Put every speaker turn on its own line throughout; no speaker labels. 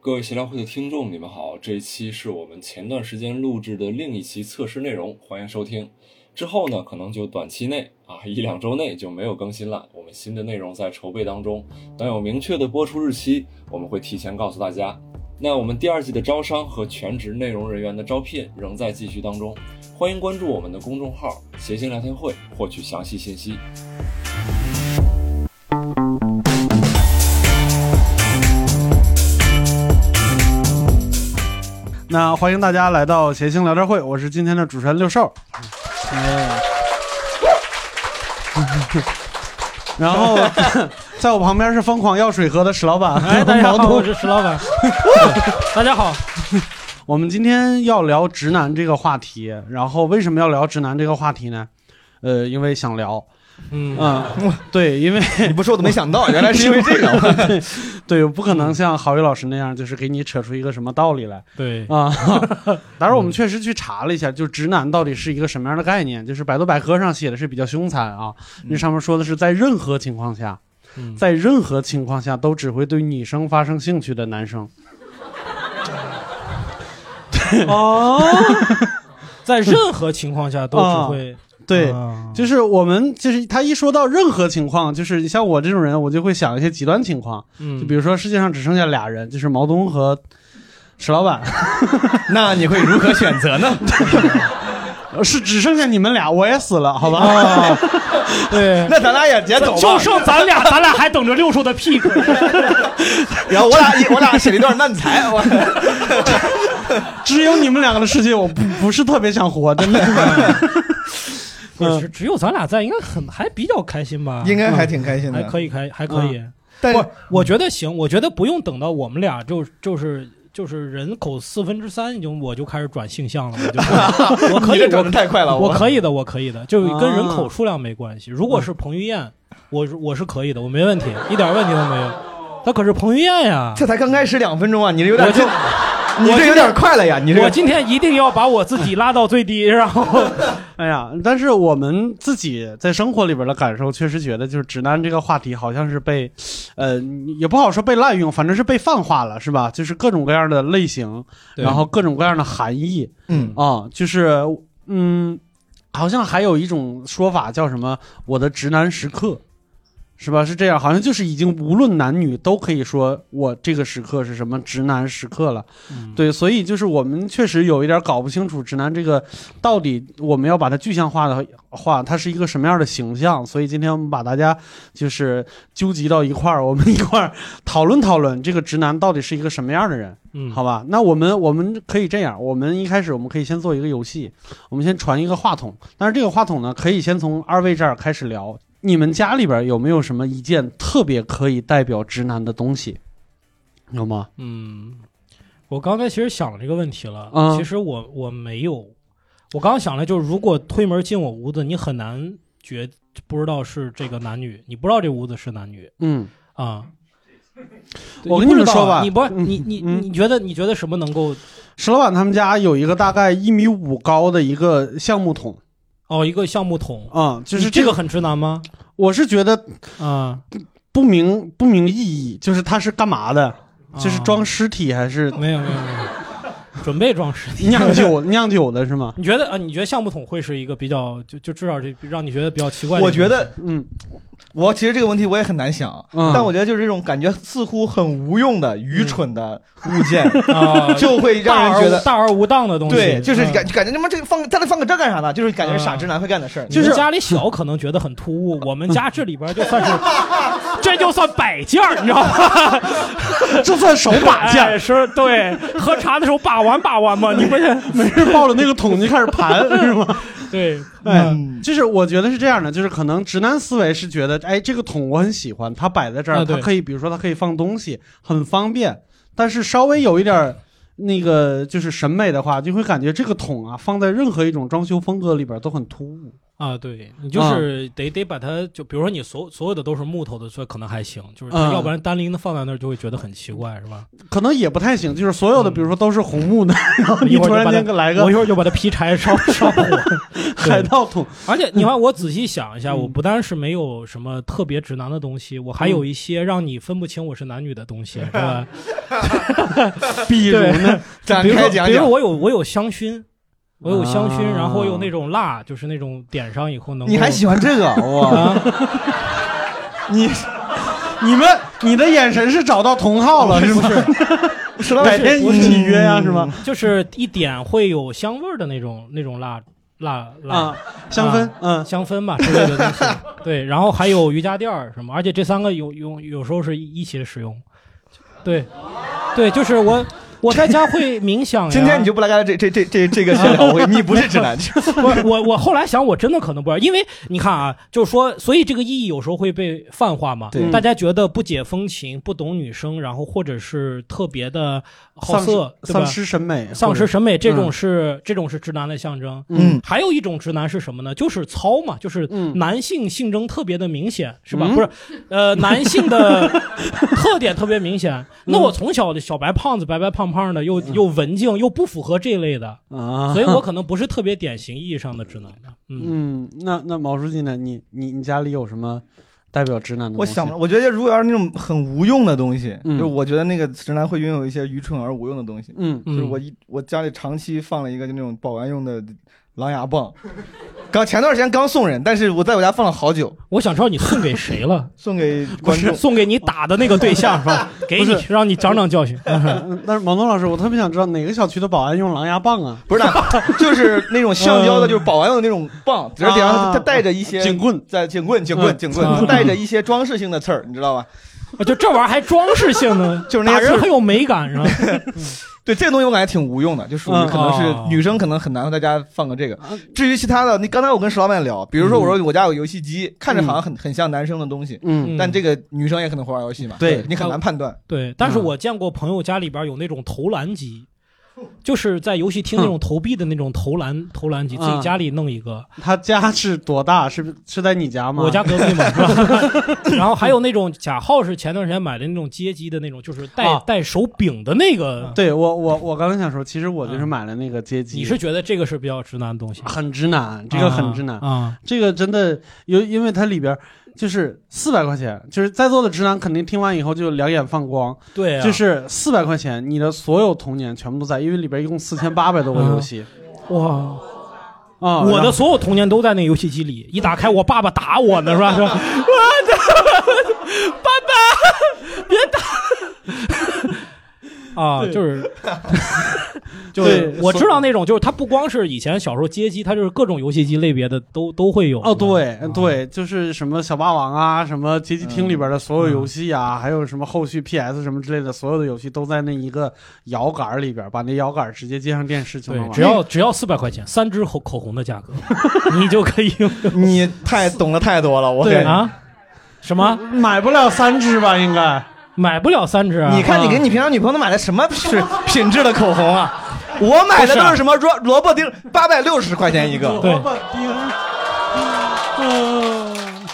各位闲聊会的听众，你们好！这一期是我们前段时间录制的另一期测试内容，欢迎收听。之后呢，可能就短期内啊，一两周内就没有更新了。我们新的内容在筹备当中，等有明确的播出日期，我们会提前告诉大家。那我们第二季的招商和全职内容人员的招聘仍在继续当中，欢迎关注我们的公众号“谐星聊天会”获取详细信息。
那欢迎大家来到谐星聊天会，我是今天的主持人六兽。
哎
然后 在我旁边是疯狂要水喝的史老板。
哎，大家
毛
好，
东
我是石老板。大家好，
我们今天要聊直男这个话题，然后为什么要聊直男这个话题呢？呃，因为想聊，
嗯
嗯，对，因为
你不说我都没想 到，原来是因为这个。
对， 对，不可能像郝宇老师那样，就是给你扯出一个什么道理来
对，
啊。当然，我们确实去查了一下，就直男到底是一个什么样的概念，就是百度百科上写的是比较凶残啊，
嗯
那上面说的是在任何情况下，
嗯
在任何情况下都只会对女生发生兴趣的男生。
哦，在任何情况下都只会
对，
啊
就是我们就是他一说到任何情况，就是你像我这种人，我就会想一些极端情况，
嗯，
就比如说世界上只剩下俩人，就是毛东和史老 板，
那你会如何选择呢？
是只剩下你们俩，我也死了，好吧？
啊，对，
那咱俩 也也走吧。
就剩咱俩，咱俩还等着六叔的屁股。
然后我俩我俩写了一段烂才，我
只有你们两个的世界，我不不是特别想活， 真的。嗯
不是只只有咱俩在，应该很还比较开心吧？嗯
应该还挺开心
还
的。
可以，开还可以。
但
不，我觉得行，我觉得不用等到我们俩就就是。就是人口四分之三已经，我就开始转性向了，我 就 我可
你
以
这，转的太快了，
我可以的，我可以的，就是跟人
啊
口数量没关系。如果是
嗯
彭于晏，我我是可以的，我没问题，一点问题都没有。那可是彭于晏呀！
这才刚开始两分钟啊，你这有点
我就
你这有点快了呀，你这
我今天一定要把我自己拉到最低，然后
哎呀，但是我们自己在生活里边的感受，确实觉得就是直男这个话题好像是被，呃，也不好说被滥用，反正是被泛化了，是吧？就是各种各样的类型，
对
然后各种各样的含义
嗯
啊、就是嗯，好像还有一种说法叫什么“我的直男时刻”，是吧？是这样，好像就是已经无论男女都可以说我这个时刻是什么直男时刻了。对，所以就是我们确实有一点搞不清楚直男这个到底我们要把它具象化的话，它是一个什么样的形象。所以今天我们把大家就是纠集到一块儿，我们一块儿讨论讨论这个直男到底是一个什么样的人，
嗯，
好吧？那我们我们可以这样，我们一开始我们可以先做一个游戏，我们先传一个话筒，但是这个话筒呢，可以先从二位这儿开始聊。你们家里边有没有什么一件特别可以代表直男的东西？有吗？
嗯，我刚才其实想了这个问题了，
嗯
其实我我没有，我刚想来就是，如果推门进我屋子，你很难觉不知道是这个男女，你不知道这屋子是男女
嗯，
啊。
我
你
跟你
不
们
知道
说吧
啊你不，
嗯
你你
嗯
你觉得你觉得什么能够
石老板他们家有一个大概一米五高的一个橡木桶
哦一个橡木桶？
啊、就是
你这个，很直男吗？
我是觉得
啊，
不明不明意义，就是它是干嘛的？就是
啊
装尸体还是
没有没有没有，准备装尸体。
酿酒酿酒的是吗？
你觉得啊？你觉得橡木桶会是一个比较就就至少这让你觉得比较奇怪的？
我觉得
嗯
我其实这个问题我也很难想，
嗯
但我觉得就是这种感觉似乎很无用的、愚蠢的物件，
啊，
就会让人觉得。
大而无当的东西，
对，就是
嗯
感感觉他妈这个放在那放个这干啥呢？就是感觉是
啊
傻直男会干的事儿。
你们家里小可能觉得很突 兀，我们家这里边就 算是，这就算摆件儿，你知道吗？
这算手把件
哎
儿，
是，对，喝茶的时候把玩把玩嘛，你不是
没事抱着那个桶就开始 盘是吗？
对，
哎
嗯，
就是我觉得是这样的，就是可能直男思维是觉得，哎，这个桶我很喜欢，它摆在这儿，
啊
它
对
可以，比如说它可以放东西，很方便。但是稍微有一点儿那个就是审美的话，就会感觉这个桶啊，放在任何一种装修风格里边都很突兀。
啊，对你就是得、得把它，就比如说你所所有的都是木头的，所以可能还行，就是它
嗯
要不然单拎的放在那儿就会觉得很奇怪，是吧？
可能也不太行，就是所有的，
嗯
比如说都是红 木的，然后你
一会儿
突
就
然
把
间
它
来
我
个
一会儿就把它劈柴烧烧火。
海盗桶，
而且你看，我仔细想一下，
嗯
我不单是没有什么特别直男的东西，我还
嗯
有一些让你分不清我是男女的 东西，是吧？
比如呢，
展
比如
开
说，
讲
比如
讲
说。我有我有香薰，我有香薰，
啊
然后有那种蜡，就是那种点上以后能够
你还喜欢 这个哇？
啊？
你
你们你的眼神是找到同号
哦
了是吗？
石老
改
师
天一起约呀、是吗？？
嗯就是一点会有香味儿的那种那种蜡蜡蜡。
啊，香氛，嗯
香氛吧之类的东西， 对，然后还有瑜伽垫儿什么，而且这三个有有有时候是一起使用，对，对，就是我我在家会冥想呀。
今天你就不来干这这这这这个闲聊，我你不是直 男，
我我我后来想，我真的可能不知道，因为你看啊，就是说，所以这个意义有时候会被泛化嘛。
对
大家觉得不解风情、不懂女生，然后或者是特别的好
丧失
色，对吧
丧？失审美，
丧失审美，这种
嗯
是、这种是直男的象征。
嗯
嗯，
还有一种直男是什么呢？就是糙嘛，就是
嗯
男性性征特别的明显，是吧？
嗯
不是，呃，男性的特点特别明显。那
嗯
我从小的小白胖子、白白胖胖的，又又文静，又不符合这类的，
嗯
啊，
所以 我可能不是特别典型意义上的直男的。嗯，
嗯，那那毛书记呢？你你你家里有什么代表直男的？
我想不，，我觉得如果要是那种很无用的东西，
嗯
就是我觉得那个直男会拥有一些愚蠢而无用的东西。
嗯，
嗯
就是我一我家里长期放了一个就那种保安用的狼牙棒，刚前段时间刚送人，但是我在我家放了好久，
我想知道你送给谁了？
送给 观众。
送给你打的那个对象 是吧？给你
不
让你长长教训。
嗯 但是毛东老师，我特别想知道哪个小区的保安用狼牙棒啊？
不是的，就是那 种橡胶的，
嗯
就是保安用的那种棒，只是顶
啊
上它带着一些
警棍，
在警棍、警棍、
嗯
警棍，它带着一些装饰性的刺儿，你知道吧？
啊就这玩意儿还装饰性呢，
就是那
打
些
人很有美感 是吧？
对，这个东西我感觉挺无用的，就属于
嗯
可能
哦
是女生可能很难在家放个这个
啊。
至于其他的，你刚才我跟石老板聊，比如说我
嗯
说我家有游戏机，看着好像很很像男生的东西，
嗯
但这个女 生也可能会玩游戏嘛，
对
你很难判断。嗯
对，但是我见过朋友家里边有那种投 篮机，就是在游戏厅那种投币的那种投篮投篮机，自己家里弄一个，
他家是多大？是不是是在你家吗？
我家隔壁嘛，是 吧？ 然后还有那种贾浩是前段时间买的那种街机的那种，就是带、
啊
带手柄的那个。啊
对我我我刚才想说，其实我就是买了那个街机，
你是觉得这个是比较直男的东西？
很直男，这个很直男，
啊
这个真的有，因为它里边就是四百块钱，就是在座的直男肯定听完以后就两眼放光，
啊对啊，
就是四百块钱，你的所有童年全部都在，因为里边一共四千八百多个游戏
哇，
啊，
我
然
的
后
所有童年都在那个游戏机里，一打开我爸爸打我呢，是 吧？是吧？我的爸爸，别打！啊，就是， 就是
对，
我
所
知道那种，就是他不光是以前小时候街机，他就是各种游戏机类别的都都会有。
哦，对
啊
对，就是什么小霸王啊，什么街机厅里
嗯
边的所有游戏啊，还有什么后续 PS 什么之类的，所有的游戏都在那一个摇杆里边，把那摇杆直接接上电视就能
对，
玩。
只要 只要四百块钱，三支口口红的价格，你就可以用
你太懂得太多了，我
对
感觉。
哎啊？什么
买不了三支吧，应该。
买不了三支啊？
你看你给你平常女朋友买的什么品品质的口红啊？我买的都是什么萝萝卜丁，八百六十块钱一个。
啊对
萝卜丁儿，嗯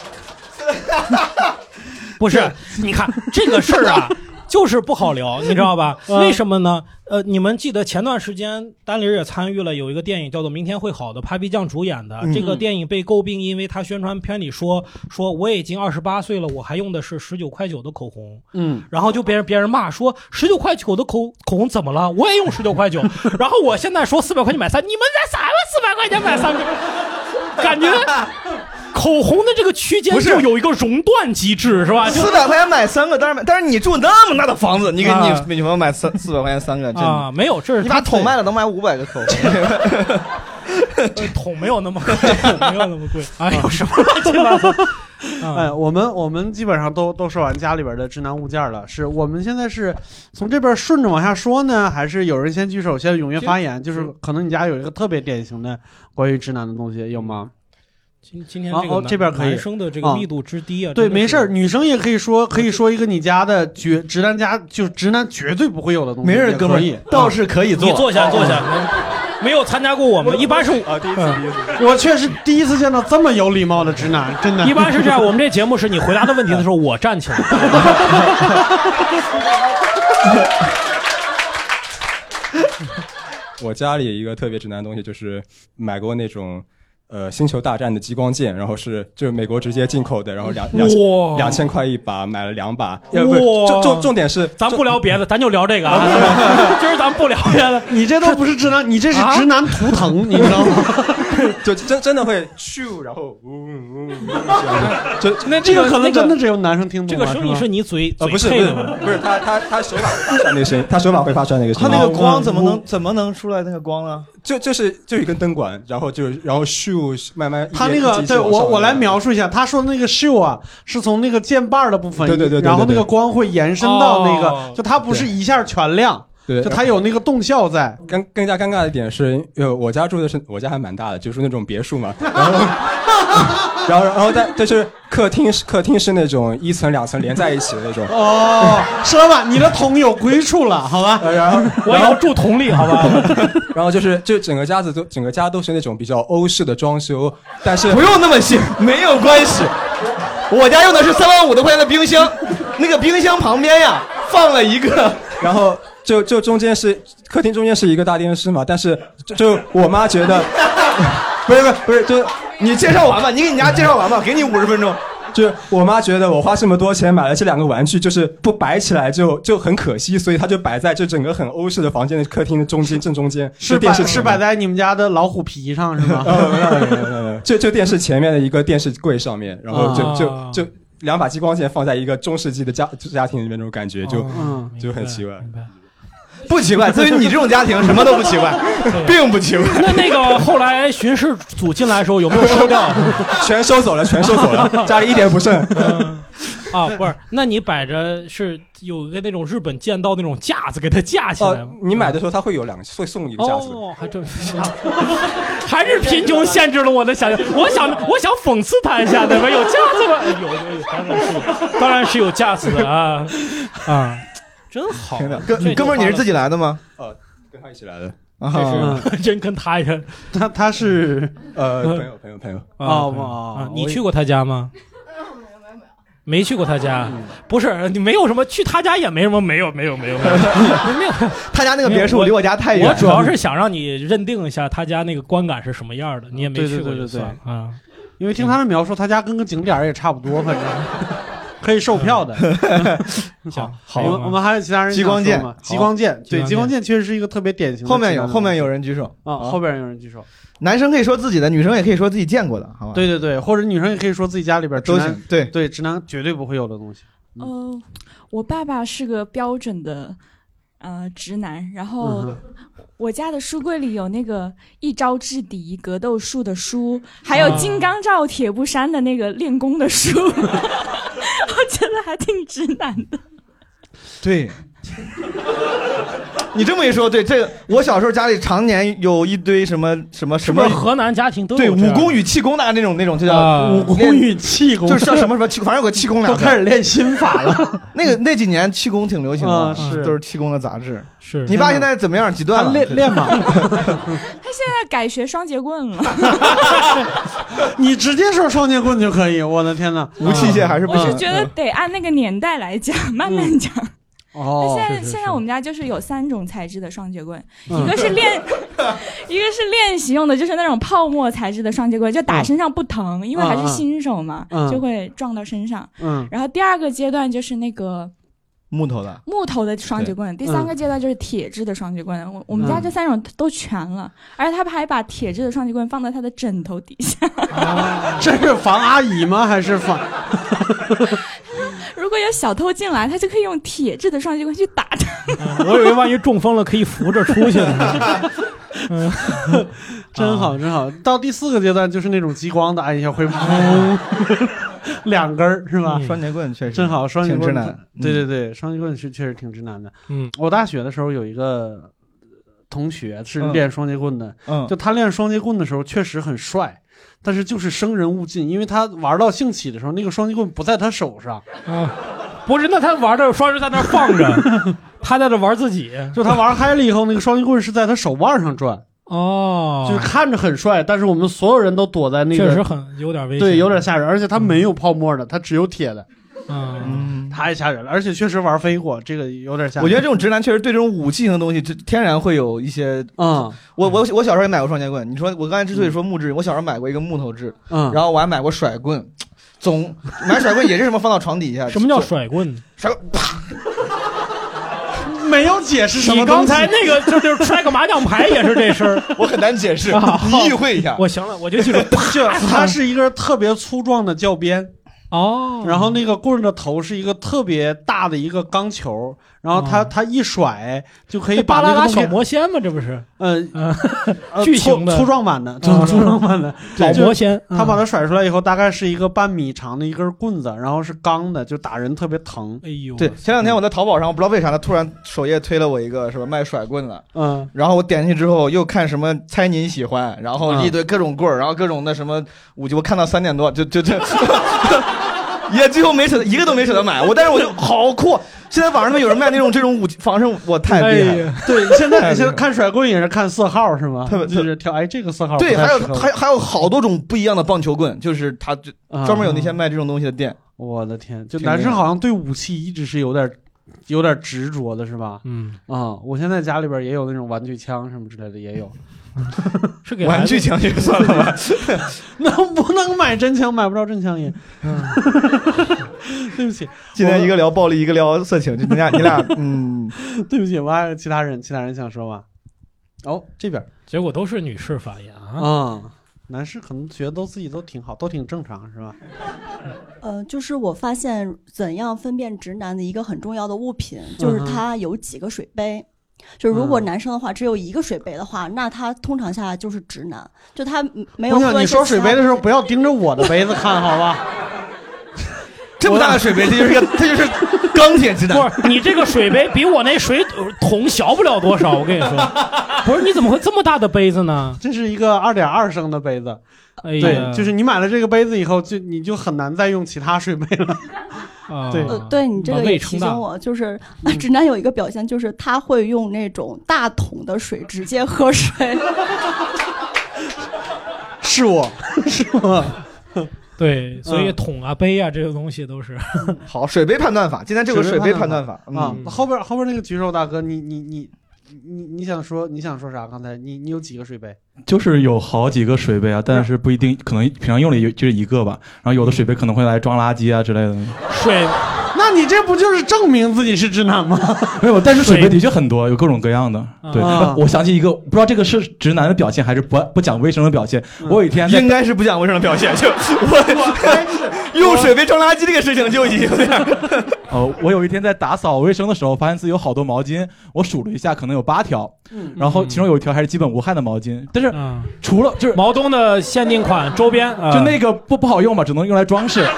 不是，你看 这个事儿 啊，就是不好聊，你知道吧？为什么呢？呃，你们记得前段时间丹玲也参与了有一个电影叫做《明天会好的》，帕皮酱主演
嗯
的。这个电影被诟病，因为他宣传片里说说我已经二十八岁了，我还用的是十九块九的口红。
嗯，
然后就别人别人骂说十九块九的口口红怎么了？我也用十九块九， 然后我现在说四百块钱买三，你们在啥了？四百块钱买三个， 感觉口红的这个区间
不是
就有一个熔断机制是吧？就
四百块钱买三个，但是买但是你住那么大的房子，你给你
啊
女朋友买三四百块钱三个，真的。
啊，没有，这是
你把
他
桶卖了能买五百个 口红，
呃桶没有那 么贵，没有那么贵。哎，
啊
有什么乱七八糟？啊
哎，我们我们基本上都都说完家里边的智能物件了。是我们现在是从这边顺着往下说呢，还是有人先举手，先踊跃发言？就是可能你家有一个特别典型的关于直男的东西，有吗？
今今天
啊
这个
哦
男
这边可以
男生的这个
啊
密度之低啊，
对，
真的是
没事儿，女生也可以说，可以说一个你家的绝直男家，就是直男绝对不会有的东西，
没事
也，
哥们
可以啊
儿，倒是可以做。
啊
你坐下，坐下。没有参加过我们，一般是
啊，第一次，第一次，我确实第一次见到这么有礼貌的直男，真的。
一般是这 样，我们这节目是你回答的问题的时候，我站起来。
我家里一个特别直男的东西就是买过那种。呃，星球大战的激光剑，然后是就是美国直接进口的，然后两两
哇
两千块一把，买了两把。呃，不是，
哇
重重重点是，
咱不聊别的，咱就聊这个啊。今儿咱不聊别的，
你这都不是
啊
直男，你这是直男图腾， 你知道吗？
就真真的会咻，然后呜呜呜，就
那
这个可能真
的
的只有男生听
这
懂
个
了。
声音
吧
是你嘴
呃
嘴
不是不
配
是
的吗？
不是他他他手法发出来那个声音，他手法会发出来那个声
他
音。
那个
哦我
光怎么能怎么能出来那个光
啊
呢？
就就是就一根灯管，然后就然后咻，慢慢一
他
点
那
一
个
级一级
对
往
我
上
我来
的
描述一下，他说的那个秀啊，是从那个键瓣儿的部分，
对对对对对
然后那个光会延伸到那
哦
个，就它不是一下全亮，
对，
就它有那个动效在。
更更加尴尬的一点是，呃，我家住的是我家还蛮大的，就是那种别墅 嘛，然后 然后然后但但是客厅是客厅是那种一层两层连在一起的那种，
哦，石老板，你的桶有归处了，好 吧？
呃然后
我也要住同里，好吧？
然后就是就整个家子都整个家都是那种比较欧式的装修，但是
不用那么细，没有关系。我家用的是三万五的块钱的冰箱，那个冰箱旁边呀放了一个，
然后就就中间是客厅中间是一个大电视嘛，但是就就我妈 觉得不是不是不是就。
你介绍完吧，你给你家介绍完吧，给你五十分钟。
就是我妈觉得我花这么多钱买了这两个玩具，就是不摆起来就就很可惜，所以她就摆在这整个很欧式的房间的客厅的中间正中间，
是
就
摆
电视哦
是摆在你们家的老虎皮上是吗？
呃，就就电视前面的一个电视柜上面，然后
哦
就
啊
就就两把激光剑放在一个中世纪的家家庭里面那种感觉，就
嗯，
就很奇怪。
不奇怪，对于你这种家庭，什么都不奇 怪，并不奇怪。
那那个后来巡视组进来的时候有没有收掉？
全 收走了，全收走 了，家里一点不剩。
啊，不是，那你摆着是有一个那种日本剑道那种架子给它架起来
哦
吗？，
你买的时候他会有两个，会送一个架子。
哦，还真 是，还是贫穷限制了我的想 象。我想，我想讽刺他一下，对吧？有架子 吗？有，有，当然是有，当然是有架子的啊啊，真好，啊
哥
这就
哥们儿，你是自己来的吗？
哦跟他一起来的，
啊，
花了真跟他一样
他他是
呃，朋友朋友朋友，
啊
哦哦
啊，你去过他家吗？没去过他家，不是你没有什么去他家也没什么，没有没有没有没有没有，
他家那个别墅离我家太远。
我主要是想让你认定一下他家那个观感是什么样的，你也没
对对
去过
对
就
对
算了啊。
因为听他们描述，他家跟个景点儿也差不多， 反正可以售票的。
行，
我们我们还有其他人
激光
想说吗
剑
激光剑，对，
好
激光剑确实是一个特别典型的
后
直男的东
面
西。
有后面有人举手，
啊，
啊
后边有人举手。
男生可以说自己的，女生也可以说自己见过的，好吧？
对对对，或者女生也可以说自己家里边直
都
男
行。对，
对，直男绝对不会有的东西。
嗯、我爸爸是个标准的呃直男，然
嗯
后我家的书柜里有那个一招制敌格斗术的书，还有
啊
金刚罩铁布衫的那个练功的书， 我觉得还挺直男的。
对。 你这么一说，对这个，我小时候家里常年有一堆什么什么
是
什
不是
么，
河南家庭都
对
有这
武
样
功与气功的那种那种，就
啊
叫
武
功
与气功
哦就是叫什么什么气，反正有个气功
都
两
开
个。
始练心 法了。
那个那几年气功挺流行的
啊，是
都是气功的杂志。
是
你爸现在怎么样？几段
他
了？
练练嘛，
他现在改学双截棍了，
你直接说双截棍就可以。我的天哪！啊嗯
无器械还是不
我
行嗯
是。觉得得按那个年代来讲，慢慢讲。那
哦
现，在
是是
现在我们家就是有三种材质的双截棍，
嗯
一个是练， 一个是练习用的，就是那种泡沫材质的双截棍，就打身上不疼，因为还是新手嘛，
嗯嗯
就会撞到身上。
嗯，
然后第二个阶段就是那个
木头的，
木头的双截棍，第三个阶段就是铁质的双截棍。我我们家
嗯
这三种都全了，而且他还把铁质的双截棍放在他的枕头底下。
这是防阿姨吗？还是防？
如果有小偷进来，他就可以用铁质的双截棍去打他。
我以为万一中风了可以扶着出去呢。 嗯
真好，真好。到第四个阶段就是那种激光的，按一下会嗡， 两根儿是吧？
嗯
双截棍确实
真好，双截
挺
棍
直男。
对对
嗯，
对，双截棍是确实挺直男的。
嗯，
我大学的时候有一个同学是
嗯
练双截棍的，
嗯，
就他练双截棍的时候确实很帅，但是就是生人勿近，因为他玩到兴起的时候，那个双截棍不在他手上，
啊不是，那他玩的双手在那儿 放着，他在这玩自己。
就他玩嗨了以后，那个双截棍是在他手腕上转。
哦，
就是看着很帅，但是我们所有人都躲在那个，
确实很有点危险，
对，有点吓人，而且它没有泡沫的，它只有铁的，
嗯，
太吓人了，而且确实玩飞过，这个有点吓人。
我觉 得这种直男确实对这种武器性的东西，这天然会有一些。
嗯，
我我我小时候也买过双截棍。你说我刚才之所以说木质，我小时候买过一个木头制，
嗯
然后我还买过甩棍，总买甩棍也是什么放到床底 下。
什么叫甩棍？
甩
没有解释什么
你
东
刚
西。
才那个就就是摔个麻将牌也是这声儿，
我很难解释，
啊
你意会一下。
我行了，我就记住。
就它是一个特别粗壮的教鞭，
哦，
然后那个棍儿的头是一个特别大的一个钢球，然后它
哦
它一甩就可
可
以
巴
把
啦
那个
啦
东西
小魔仙嘛，这不是
呃
嗯
呃
巨
粗
型的
粗壮版的，粗
啊
粗壮版的，
老
就
魔仙？
他
嗯
把它甩出来以后，大概是一个半米长的一根棍子，然后是钢的，就打人特别疼。
哎呦，
对，前两天我在淘宝上，我不知道为啥他突然首页推了我一个什么卖甩棍的，
嗯，
然后我点进去之后又看什么猜您喜欢，然后一堆各种棍儿，然后各种那什么武器，我看到三点多就就就， 也最后没舍得一个都没舍得买，我但是我就好酷，现在网上面有人卖那种这种武器防身，我太厉害
哎
了。
呀
对，现在
太厉害
现在看甩棍也是看色号是吗？
特别
就是挑哎这个色号
对，
不太
还有
适合我
还还有好多种不一样的棒球棍，就是他就
啊
专门有那些卖这种东西的店。
我的天，就
挺厉害
男生好像对武器一直是有点有点执着的是吧？
嗯，
啊、我现在家里边也有那种玩具枪什么之类的也有，
是给
玩
孩子
具枪 也算了吧，
能不能买真枪？买不着真枪也。 对不起，
今天一个聊暴力，一个聊色情，就你俩你俩嗯，
对不起，我还有其他人，其他人想说吗？哦，这边
结果都是女士发言啊。
啊、男士可能觉得都自己都挺好，都挺正常，是吧？
呃，就是我发现怎样分辨直男的一个很重要的物品，就是
嗯哼
他有几个水杯。就是如果
嗯
男生的话，只有一个水杯的话，那他通常下来就是直男，就他嗯没有
姑娘，
喝。
你说水杯的时候，不要盯着我的杯子看，好 吧？
这么大的水杯，这就是 个这就是钢铁直男
不。是你这个水杯比我那水桶小不了多少，我跟你说，不是你怎么会这么大的杯子呢？
这是一个二点二升的杯子，
哎呀，
对，就是你买了这个杯子以后，就你就很难再用其他水杯 了。
啊
对
呃，对你这
把
个
胃
也
撑
提
大
醒我，就是
嗯
呃直男有一个表现，就是他会用那种大桶的水直接喝水。
是我，是我，
对，所以
嗯
桶啊、杯啊这些东西都是
嗯好，水杯判断法，今天这个
水
水杯
杯判
判断
断
法
啊
嗯，，
后边后边那个举手大哥，你你你你你想说你想说啥？刚才你你有几个水杯？
就是有好几个水杯啊，但是不一定，可能平常用的也就是一个吧。然后有的水杯可能会来装垃圾啊之类的。
水
那你这不就是证明自己是 直男吗？
没有，但是水杯
水
的确很多，有各种各样的。对，
啊
我想起一个，不知道这个是直男的表现还是不不讲卫生的表现。我有一天在
嗯应该是不讲卫生的表现， 就 我用水杯装垃圾这个事情就已经有点儿。
呃，我有一天在打扫卫生的时候，发现自己有好多毛巾，我数了一下，可能有八条，
嗯
然后其中有一条还是基本无害的毛巾，但是
啊，
除了就是
毛东的限定款周边啊，
就那个不不好用嘛，只能用来装饰。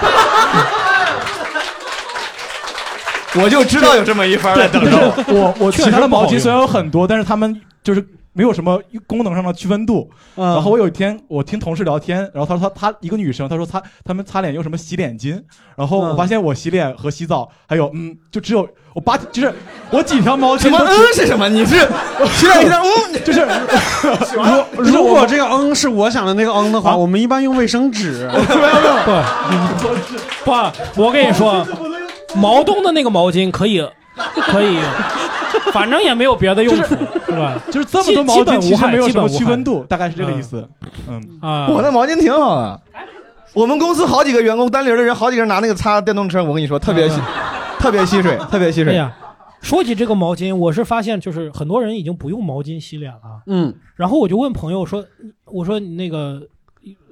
我就知道有这么一番儿在等
但
着我。
是我我
确
其
实
他的
不好
毛巾
用
虽然有很多，但是他们就是没有什么功能上的区分度。
然
嗯
然后我有一天我听同事聊天，然后他说他他一个女生，她说擦他们擦脸用什么洗脸巾，然后我
嗯
发现我洗脸和洗澡还有嗯，就只有我八就是我几条毛巾
什么
都
嗯是什么？你是 洗脸洗脸嗯，
就是
如如果这个嗯是我想的那个嗯的话，
啊
我们一般用卫生 纸。
不不，我跟你说，毛东的那个毛巾可以可以，反正也没有别的用处，是吧？
就是这么多毛
基本
巾其
无
实
害
没有什么
基本无害
区分度，大概是这个意思。嗯，
啊，
我那毛巾挺好啊。
嗯
我们公司好几个员工，单零的人好几个人拿那个擦电动车，我跟你说特别吸
嗯，
特别吸水，特别吸
哎
水。
呀，说起这个毛巾，我是发现就是很多人已经不用毛巾洗脸了。
嗯，
然后我就问朋友说：“我说你那个，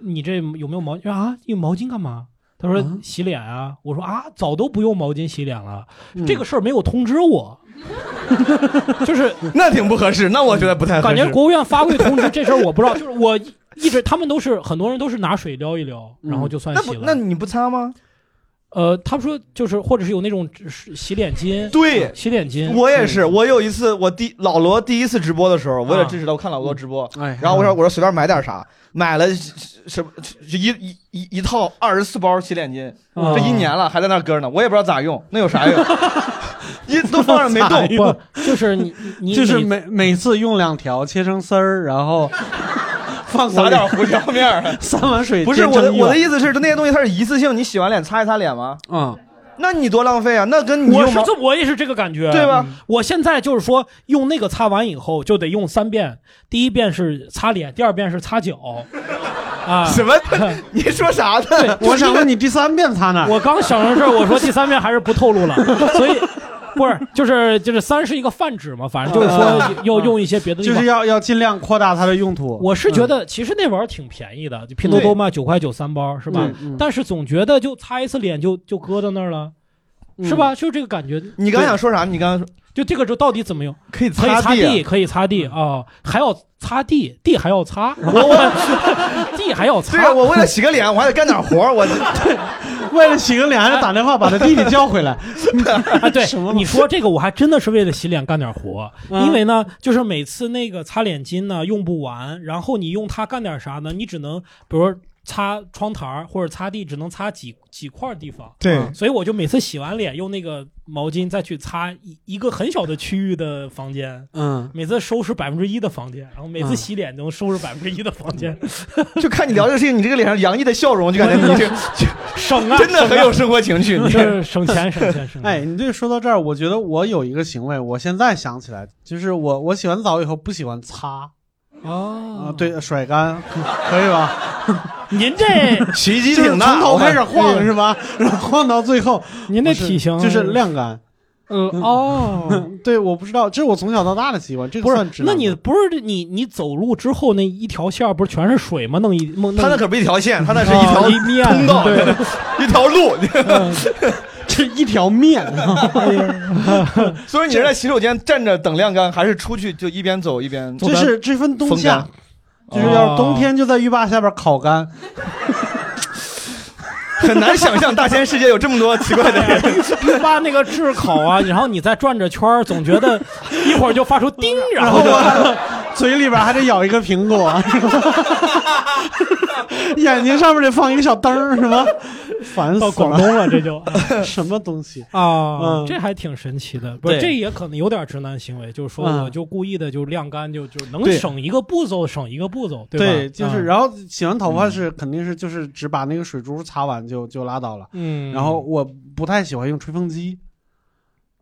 你这有没有毛巾啊？用毛巾干嘛？”他说
嗯：“
洗脸啊。”我说：“啊，早都不用毛巾洗脸了，
嗯
这个事儿没有通知我，就是
那挺不合适，那我觉得不太合
感觉
适。
国务院发过去通知这事儿我不知道， 就是我一直他们都是很多人都是拿水撩一撩，
嗯
然后就算
那
洗
不
了。
那你不擦吗？
呃，他们说就是或者是有那种是洗脸巾，
对，
洗脸巾，啊
我也是。我有一次，我第老罗第一次直播的时候，为了支持他，我看老
嗯
罗直播，
哎，
然后我说我说随便买点啥，买了什么一一一一套二十四包洗脸巾，
啊
这一年了还在那儿搁着呢，我也不知道咋用，那有啥用？一都放着没动
不就是你你
就是
你
每每次用两条切成丝儿，然 后放
撒点胡椒面 儿。
三碗水
不是
煎
我
成
的
一碗
我的意思是，那些东西它是一次性，你洗完脸擦一擦脸吗？
嗯，
那你多浪费啊！那跟你
我
用
是
毛
这，我也是这个感觉，
对吧
嗯？我现在就是说，用那个擦完以后就得用三遍，第一遍是擦脸，第二遍是擦脚， 啊，
什么？你说啥 呢？
我想问你第三遍擦哪儿？
我刚想到这儿，我说第三遍还是不透露 了，所以不是就是就是三是一个泛指嘛，反正就是
嗯
说要用一些别的地
就
方
是。要要尽量扩大它的用途。嗯
我是觉得其实那玩意儿挺便宜的，就拼多多卖九块九三包是吧
嗯嗯？
但是总觉得就擦一次脸就就搁到那儿了，
嗯
是吧？就是这个感觉。
你刚想说啥？你刚刚说
就这个就到底怎么用？
可以
可以擦
地啊，
地，可以擦地啊、还要擦地，地还要擦，我地还要
对啊，
擦。
我为了洗个脸，我还得干点活儿我
为了洗个脸，还得打电话把他弟弟叫回来。
啊，对
什么，
你说这个我还真的是为了洗脸干点活，
嗯
因为呢，就是每次那个擦脸巾呢用不完，然后你用它干点啥呢？你只能比如擦窗台儿或者擦地，只能擦几几块地方。
对
嗯
所以我就每次洗完脸用那个毛巾再去擦一一个很小的区域的房间，
嗯，
每次收拾百分之一的房间，然后每次
嗯
洗脸能收拾百分之一的房间，
就看你聊这个事情，你这个脸上洋溢的笑容，就感觉你这个
省啊，
真的
省
很
啊
有生活情趣。你
就是省钱，省钱，省钱。
哎，，你这说到这儿，我觉得我有一个行为，我现在想起来，就是我我洗完澡以后不喜欢擦啊、
哦，
对，甩干可以吧？
您这
洗衣机
就
挺
是从
大，
头
我
开
看
始晃是吧？然后晃到最后，
您那体型
就是晾干。嗯
呃 哦，
对，我不知道，这是我从小到大的习惯，这个
不
算
是
直，
那
男吗
你不是你你走路之后那一条线儿不是全是水吗？弄一弄
他那
弄
可不是一条线，他那是
啊
一条
一面
通道，
对
一条路。
嗯
这一条面，
所以你是在洗手间站着等晾干，还是出去就一边走一边？
这是这分冬
风
夏
干，
就是要是冬天就在浴霸下边烤干，
很难想象大千世界有这么多奇怪的人。
发那个炙烤啊，然后你再转着圈儿，总觉得一会儿就发出叮，然
然
后
后
就
我嘴里边还得咬一个苹果，啊 眼睛上面得放一个小灯儿，什么烦
到
死
广
了，
东了，这 就
什么东西？
啊
嗯，
这还挺神奇的。不是，
对
这也可能有点直男行为，就是说
嗯
我就故意的就晾干，就就能
对
省一个步骤，省一个步骤，吧？
对，就是，
嗯
然后洗完头发是肯定是就是只把那个水珠擦完就就拉倒了，
嗯，
然后我不太喜欢用吹风机，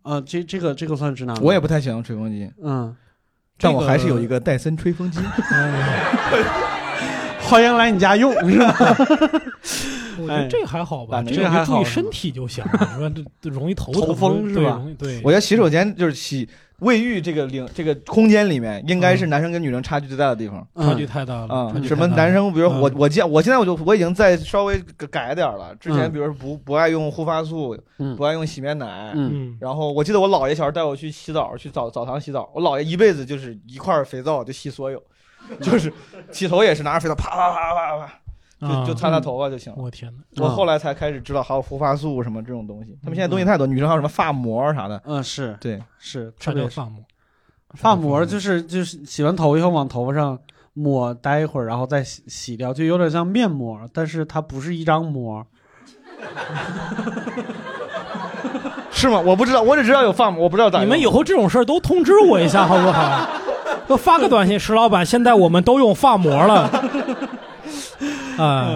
啊，这这个这个算直男吗？
我也不太喜欢吹风机，
嗯，
但我还是有一个戴森吹风机。
欢迎来你家用，是吧？
我觉得这还好吧，
哎
这
这
个
还
就注
好
意
是
身体就行了，你说这这容易头
头
疼
风是
对
吧
容易对，嗯
我觉得洗手间就是洗卫浴这个领这个空间里面，应该是男生跟女生差距最大的地方
嗯差距太大了
啊
差距。
什
太
么
大
男
了
生，比如我
嗯
我现我现在我就我已经在稍微改点儿了。之前
嗯
比如说不不爱用护发素，
嗯
不爱用洗面奶，
嗯，
嗯，
然后我记得我姥爷小时候带我去洗澡，去澡澡堂洗澡。我姥爷一辈子就是一块儿肥皂就洗所有， 就是洗头也是拿着肥皂啪啪啪啪啪啪，
啊
就就擦擦头发就行了。
我天哪，嗯
我后来才开始知道还有护发素什么这种东西。他们现在东西太多，女生还有什么发膜啥的。
嗯，是
对，
是，
这
特
叫
别
发膜，
发膜就是就是洗完头以后往头发上抹，待一会儿然后再洗洗掉，就有点像面膜，但是它不是一张膜。
是吗？我不知道，我只知道有发膜，我不知道咋
你
用。
们以后这种事儿都通知我一下好 不好？就发个短信，石老板，现在我们都用发膜了， 啊，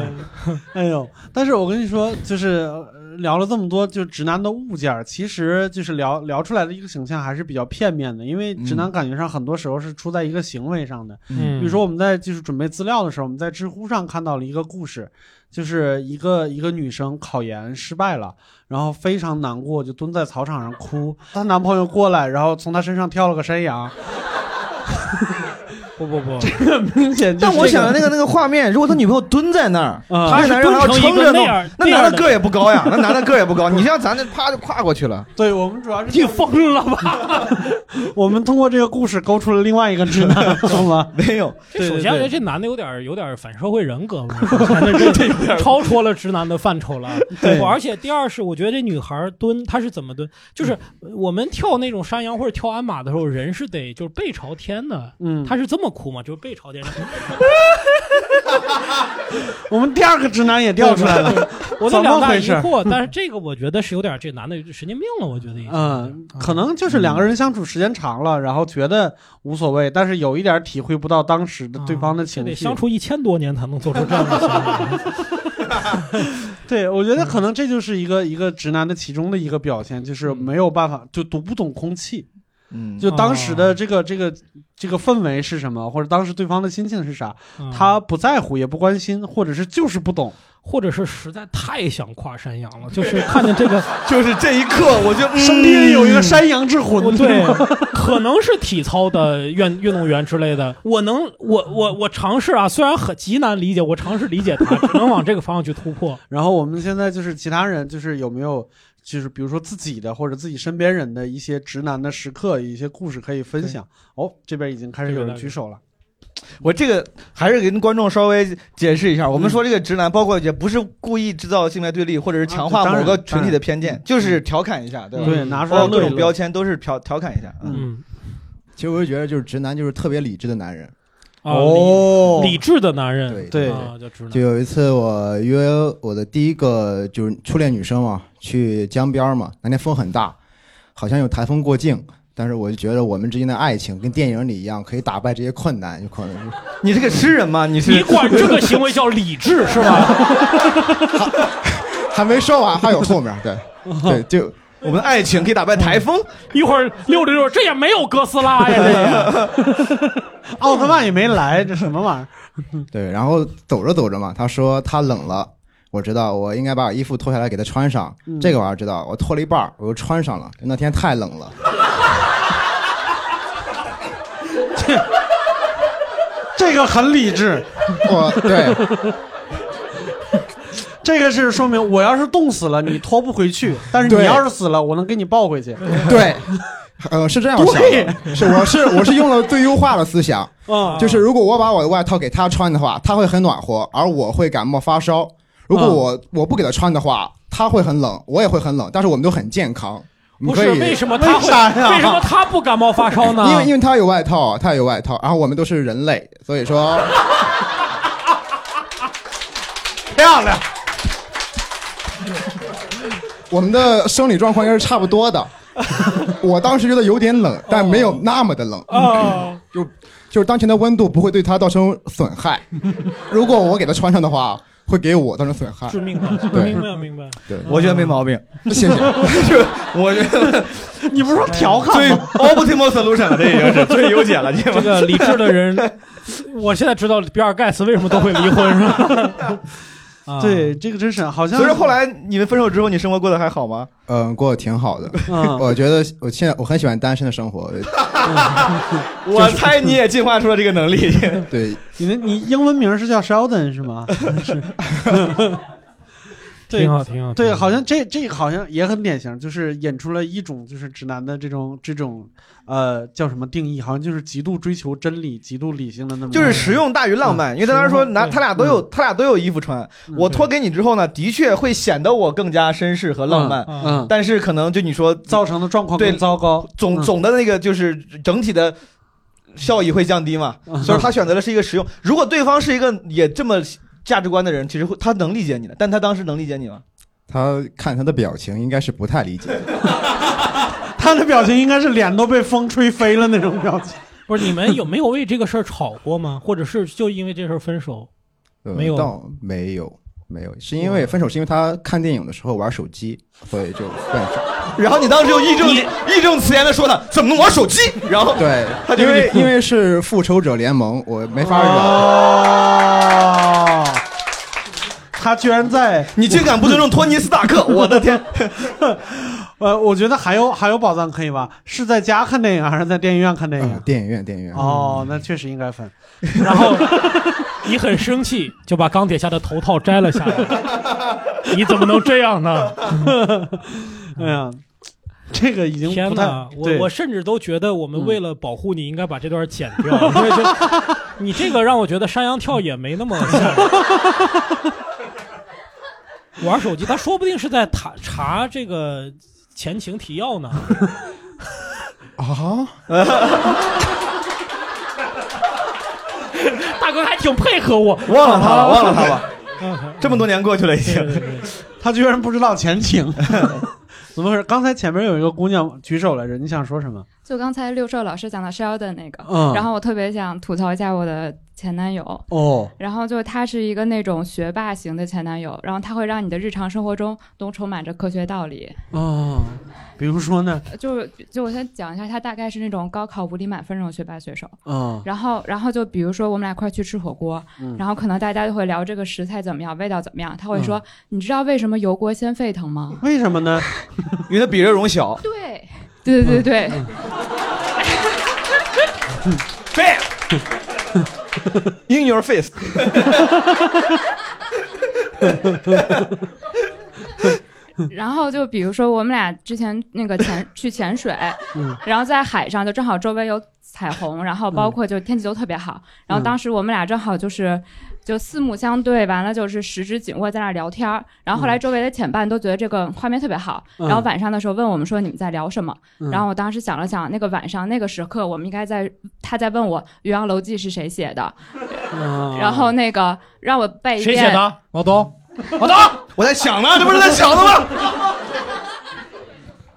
嗯
哎呦，但是我跟你说，就是呃聊了这么多，就直男的物件儿，其实就是聊聊出来的一个形象还是比较片面的，因为直男感觉上很多时候是出在一个行为上的。
嗯，
比如说我们在就是准备资料的时候，我们在知乎上看到了一个故事，就是一个一个女生考研失败了，然后非常难过，就蹲在草场上哭。她男朋友过来，然后从她身上挑了个山羊，
不不不，
明显就
但
是
我
这
想
个
那个那个画面，如果他女朋友蹲在那儿，
嗯
那男人还要撑着
啊他是蹲成一
弄
个那样，
那
那样
男
的
的个儿也不高呀，那男的个儿也不高。你像咱这啪就跨过去了，
对我们主要是
你疯了吧？
我们通过这个故事勾出了另外一个直 男，好吗？
没有。
这首先，这男的有点有点反社会人格，我 跟你说反正这超出了直男的范畴了。
对
而且第二是，我觉得这女孩蹲她是怎么蹲，就是我们跳那种山羊或者跳鞍马的时候，人是得就是背朝天的，
嗯，
她是这么哭嘛，就是背朝天。，
我们第二个直男也掉出来了
我
怎
的
么
两大
回
疑
事？
惑，但是这个我觉得是有点这男的神经病了，我觉得已经。
嗯，可能就是两个人相处时间长了，然后觉得无所谓，但是有一点体会不到当时的对方的
这
情
得嗯
绪。
相处一千多年才能做出这样的行为。
对，我觉
嗯
得可能这就是一个一个直男的其中的一个表现，就是没有办法，就读不懂空气。
嗯
就当时
哦
的这个这个这个氛围是什么，或者当时对方的心情是啥，
嗯
他不在乎也不关心，或者是就是不懂，
或者是实在太想跨山羊了，就是看见这 个，
就是这 一刻，我就嗯
生命有一个山羊之
我
魂，
对
吗，
可能是体操的运运动员之类的。我能，我我我尝试啊，虽然很极难理解， 我尝试理解他，只能往这个方向去突破。
然后我们现在就是其他人，就是有没有就是比如说自己的或者自己身边人的一些直男的时刻、一些故事可以分享？哦，这边已经开始有人举手了。
我这个还是跟观众稍微解释一下，我
嗯
们说这个直男，包括也不是故意制造性别对立，或者是强化
啊当然
某个群体的偏见，就是调侃一下，对吧？
对拿出来
包括各
乐一
种
乐
标签都是调调侃一下。嗯，
嗯，
其实我就觉得，就是直男就是特别理智的男人。
啊，
哦
理理智的男人，
对
对
啊，就知道
就有一次我约我的第一个就是初恋女生嘛，去江边儿嘛，那天风很大，好像有台风过境，但是我就觉得我们之间的爱情跟电影里一样，可以打败这些困难，有可能。
你是个诗人吗？你是
你管这个行为叫理智是吧？
还没说完，还有后面，对， 对，就
我们的爱情可以打败台风，
嗯一会儿溜着溜着，这也没有哥斯拉呀，这也
奥特曼也没来，这什么玩意儿？
对。然后走着走着嘛，她说她冷了，我知道我应该把我衣服脱下来给她穿上，
嗯
这个玩意儿知道，我脱了一半儿，我又 穿上了，那天太冷了。
这个很理智，
我对
这个是说明我要是冻死了，你拖不回去；但是你
对
要是死了，我能给你抱回去。
对，呃，是这样想的，是我是 我是用了最优化的思想，
啊，
就是如果我把我的外套给她穿的话，她会很暖和，而我会感冒发烧；如
啊
果我、我不给她穿的话，她会很冷，我也会很冷，但是我们都很健康。我
不
们可以
是为什么他
为啥
会
呀
为什么他不感冒发烧呢？
因为因为她有外套，她有外套，然后我们都是人类，所以说
漂亮。
我们的生理状况应该是差不多的。我当时觉得有点冷，
哦
但没有那么的冷。
啊，
就就是当前的温度不会对它造成损害。如果我给它穿上的话，会给我造成损害。
致命的，
对
明白明白。
我觉得没毛病，
谢谢。
我觉得
你不
哎
是说调侃
最
吗？
optimal solution 了，这已经是最优解了，这
这个理智 的人，我现在知道比尔盖茨为什么都会离婚，是吧？啊
对，，这个真是好像。
所以说后来你们分手之后，你生活过得还好吗？
嗯，过得挺好的。
嗯，
我觉得我现在我很喜欢单身的生活。
我猜你也进化出了这个能力。
对，
你的你英文名是叫 Sheldon 是吗？是。对
挺好，挺好。
对，
挺
好像这这个好像也很典型，就是演出了一种就是直男的这种这种呃叫什么定义，好像就是极度追求真理、极度理性的那么一
就
个
是
人
实用大于浪漫，因为他当时说拿
对
他俩都有他俩都有衣服穿，我脱给你之后呢，的确会显得我更加绅士和浪漫，
啊
嗯，
但是可能就你说
造成的状况更
对
糟糕。
总
嗯
总的那个就是整体的效益会降低嘛，所以他选择的是一个实用。如果对方是一个也这么价值观的人，其实会他能理解你的，但他当时能理解你吗？
他看他的表情，应该是不太理解。
他的表情应该是脸都被风吹飞了那种表情。
不是你们有没有为这个事儿吵过吗？或者是就因为这事儿分手？
呃
没有
倒没有，没有，是因为分手是因为他看电影的时候玩手机，所以就分手。
然后你当时又义正义正辞严的说他怎么能玩手机，然后
对
他，就嗯
因为因为是复仇者联盟，我没法忍。
哦，他居然在
你竟敢不 尊重托尼斯塔克，我的天！
呃，我觉得还有还有宝藏可以吧？是在家看电影还是在电影院看电
啊
影？
电影院，电影院。
哦，那确实应该分。
然后你很生气，就把钢铁侠的头套摘了下来。你怎么能这样呢？
哎呀，这个已经
天
不太
哪，我
对嗯
我甚至都觉得我们为了保护你，应该把这段剪掉，因为这你这个让我觉得山羊跳也没那么吓人。玩手机，他说不定是在查查这个前情提要呢。
啊，
大哥还挺配合我，
忘了他了，忘了他了。这么多年过去了，已经。
他居然不知道前情， 怎么回事？刚才前面有一个姑娘举手来着，你想说什么？
就刚才六兽老师讲到 Sheldon 那个，
嗯
然后我特别想吐槽一下我的前男友。
哦，
然后就是他是一个那种学霸型的前男友，然后他会让你的日常生活中都充满着科学道理。呃
哦，比如说呢？
就是就我先讲一下，他大概是那种高考五里满分那种学霸选手。
嗯
然后然后就比如说我们俩一块儿去吃火锅，
嗯
然后可能大家就会聊这个食材怎么样，味道怎么样。他会说：“
嗯
你知道为什么油锅先沸腾吗
为什么呢？
因为它比热容小。？”
对，
嗯
对对对对。
Bam! In your face！
然后就比如说我们俩之前那个潜去潜水，
嗯
然后在海上就正好周围有彩虹，然后包
嗯
括就天气都特别好，然后当时我们俩正好就是就四目相对，完了就是十指紧握在那儿聊天儿，然后后来周围的潜伴都觉得这个画面特别好，
嗯
然后晚上的时候问我们说你们在聊什么，
嗯
然后我当时想了想，那个晚上那个时刻我们应该在他在问我《岳阳楼记》是谁写
啊
的，
哦
然后那个让我背一
谁
遍
写的？毛东，
我等，我在想呢，这不是在想呢吗？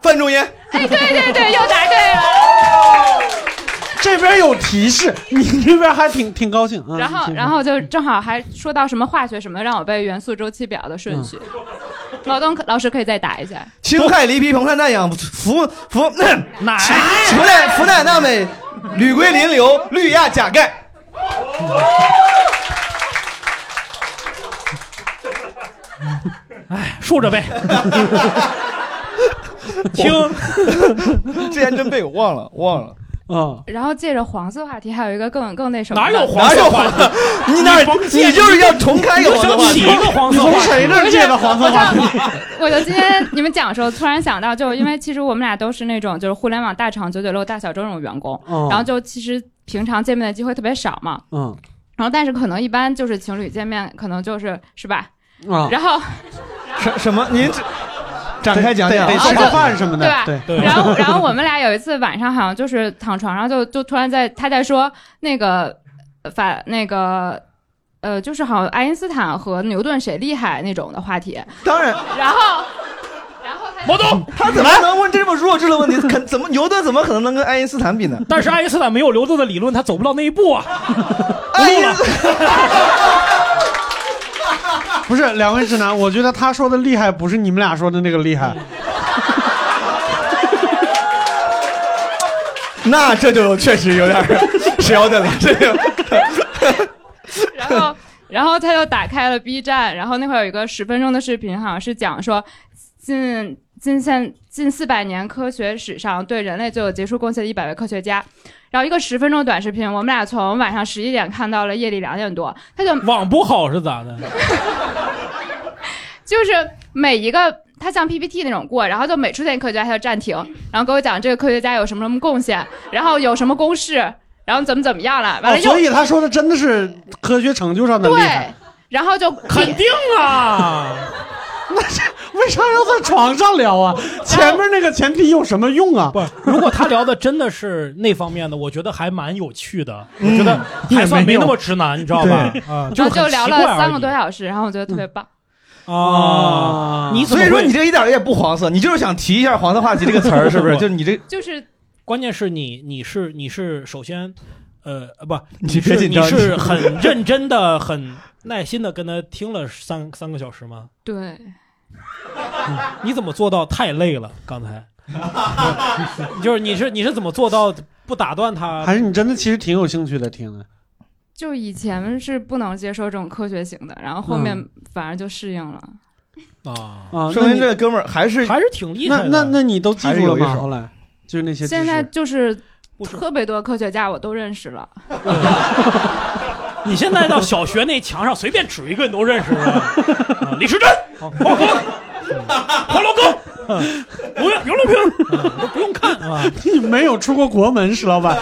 范仲淹，
哎，对对对，又答对了。
这边有提示，你这边还挺挺高兴。嗯、
然后，然后就正好还说到什么化学什么，让我背元素周期表的
嗯
顺序。老东老师可以再打一 下。
青海梨皮蓬莱南养福 福乃福乃福乃纳美，吕归林流绿亚甲 盖。
哎，竖着 背。
听， 之前真被我忘了，忘了。
啊，
然后借着黄色话题，还有一个更更那什么
哪
的。
有黄色哪有话题 黄你哪你甭借你就是要重开一个黄色话题你就想起一个黄色话题你从谁那儿借的黄色 话题
不是我就今天你们讲的时候，突然想到，就是因为其实我们俩都是那种就是互联网大厂九九六大小周那种员工，
嗯
然后就其实平常见面的机会特别少嘛。
嗯
然后，但是可能一般就是情侣见面，可能就是是吧？
嗯
啊
然后
什什么？您这展开讲啊讲，
得得吃个饭什么的，
对吧 啊然后，然后我们俩有一次晚上好像就是躺床上就就突然在他在说那个呃法那个呃，就是好像爱因斯坦和牛顿谁厉害那种的话题。
当然，
然后
毛东，
他怎么能问这么弱智的问题？肯怎么牛顿怎么可能能跟爱因斯坦比呢？
但是爱因斯坦没有牛顿的理论，他走不到那一步啊。
不是两位直男，我觉得他说的厉害不是你们俩说的那个厉害，
那这就确实有点稍等了，这就
然后，然后他就打开了 B 站，然后那块儿有一个十分钟的视频，好像是讲说近近现近四百年科学史上对人类最有杰出贡献的一百位科学家。然后一个十分钟短视频，我们俩从晚上十一点看到了夜里两点多，他就
网不好是咋的？
就是每一个他像 PPT 那种过，然后就每出现一科学家他就暂停，然后给我讲这个科学家有什么什么贡献，然后有什么公式，然后怎么怎么样了，完
哦
了，又、
所以他说的真的是科学成就上的厉害
对。，然后就
肯定啊，
那是为啥要在床上 聊啊？ 前面那个前提有什么用啊？
不，如果他聊的真的是那方面的，我觉得还蛮有趣的，我觉得
嗯
还算
也
没
没有
那么直男，你知道吧？啊，
然
是
后就
很
聊
奇
了
怪而
三
已
个多小时，然后我觉得特别
嗯
棒。
啊，你
所
怎么
以说
会
你这一点也不黄色，你就是想提一下黄色话题这个词儿，是 不是？就你这
就是，
关键是你你是你是首先，呃呃不，
你
是
别紧张
你是很认真的、很耐心的跟他听了三三个小时吗？嗯
对，
你怎么做到太累了？刚才， 就是你是你是怎么做到不打断他？
还是你真的其实挺有兴趣的听的？
就以前是不能接受这种科学型的，然后后
嗯
面反而就适应了。
啊
啊，
说明这哥们儿还是
还是挺厉害的
那那那你都记
还是
住了
有一
吗？
手
后来就是那些知识。
现在就是特别多科学家我都认识了，
你现在到小学那墙上随便指一个，你都认识了。啊李 时珍、黄河、黄龙沟、
嗯
刘元刘龙平，啊都不用看 啊。
你没有出过国门，石老板。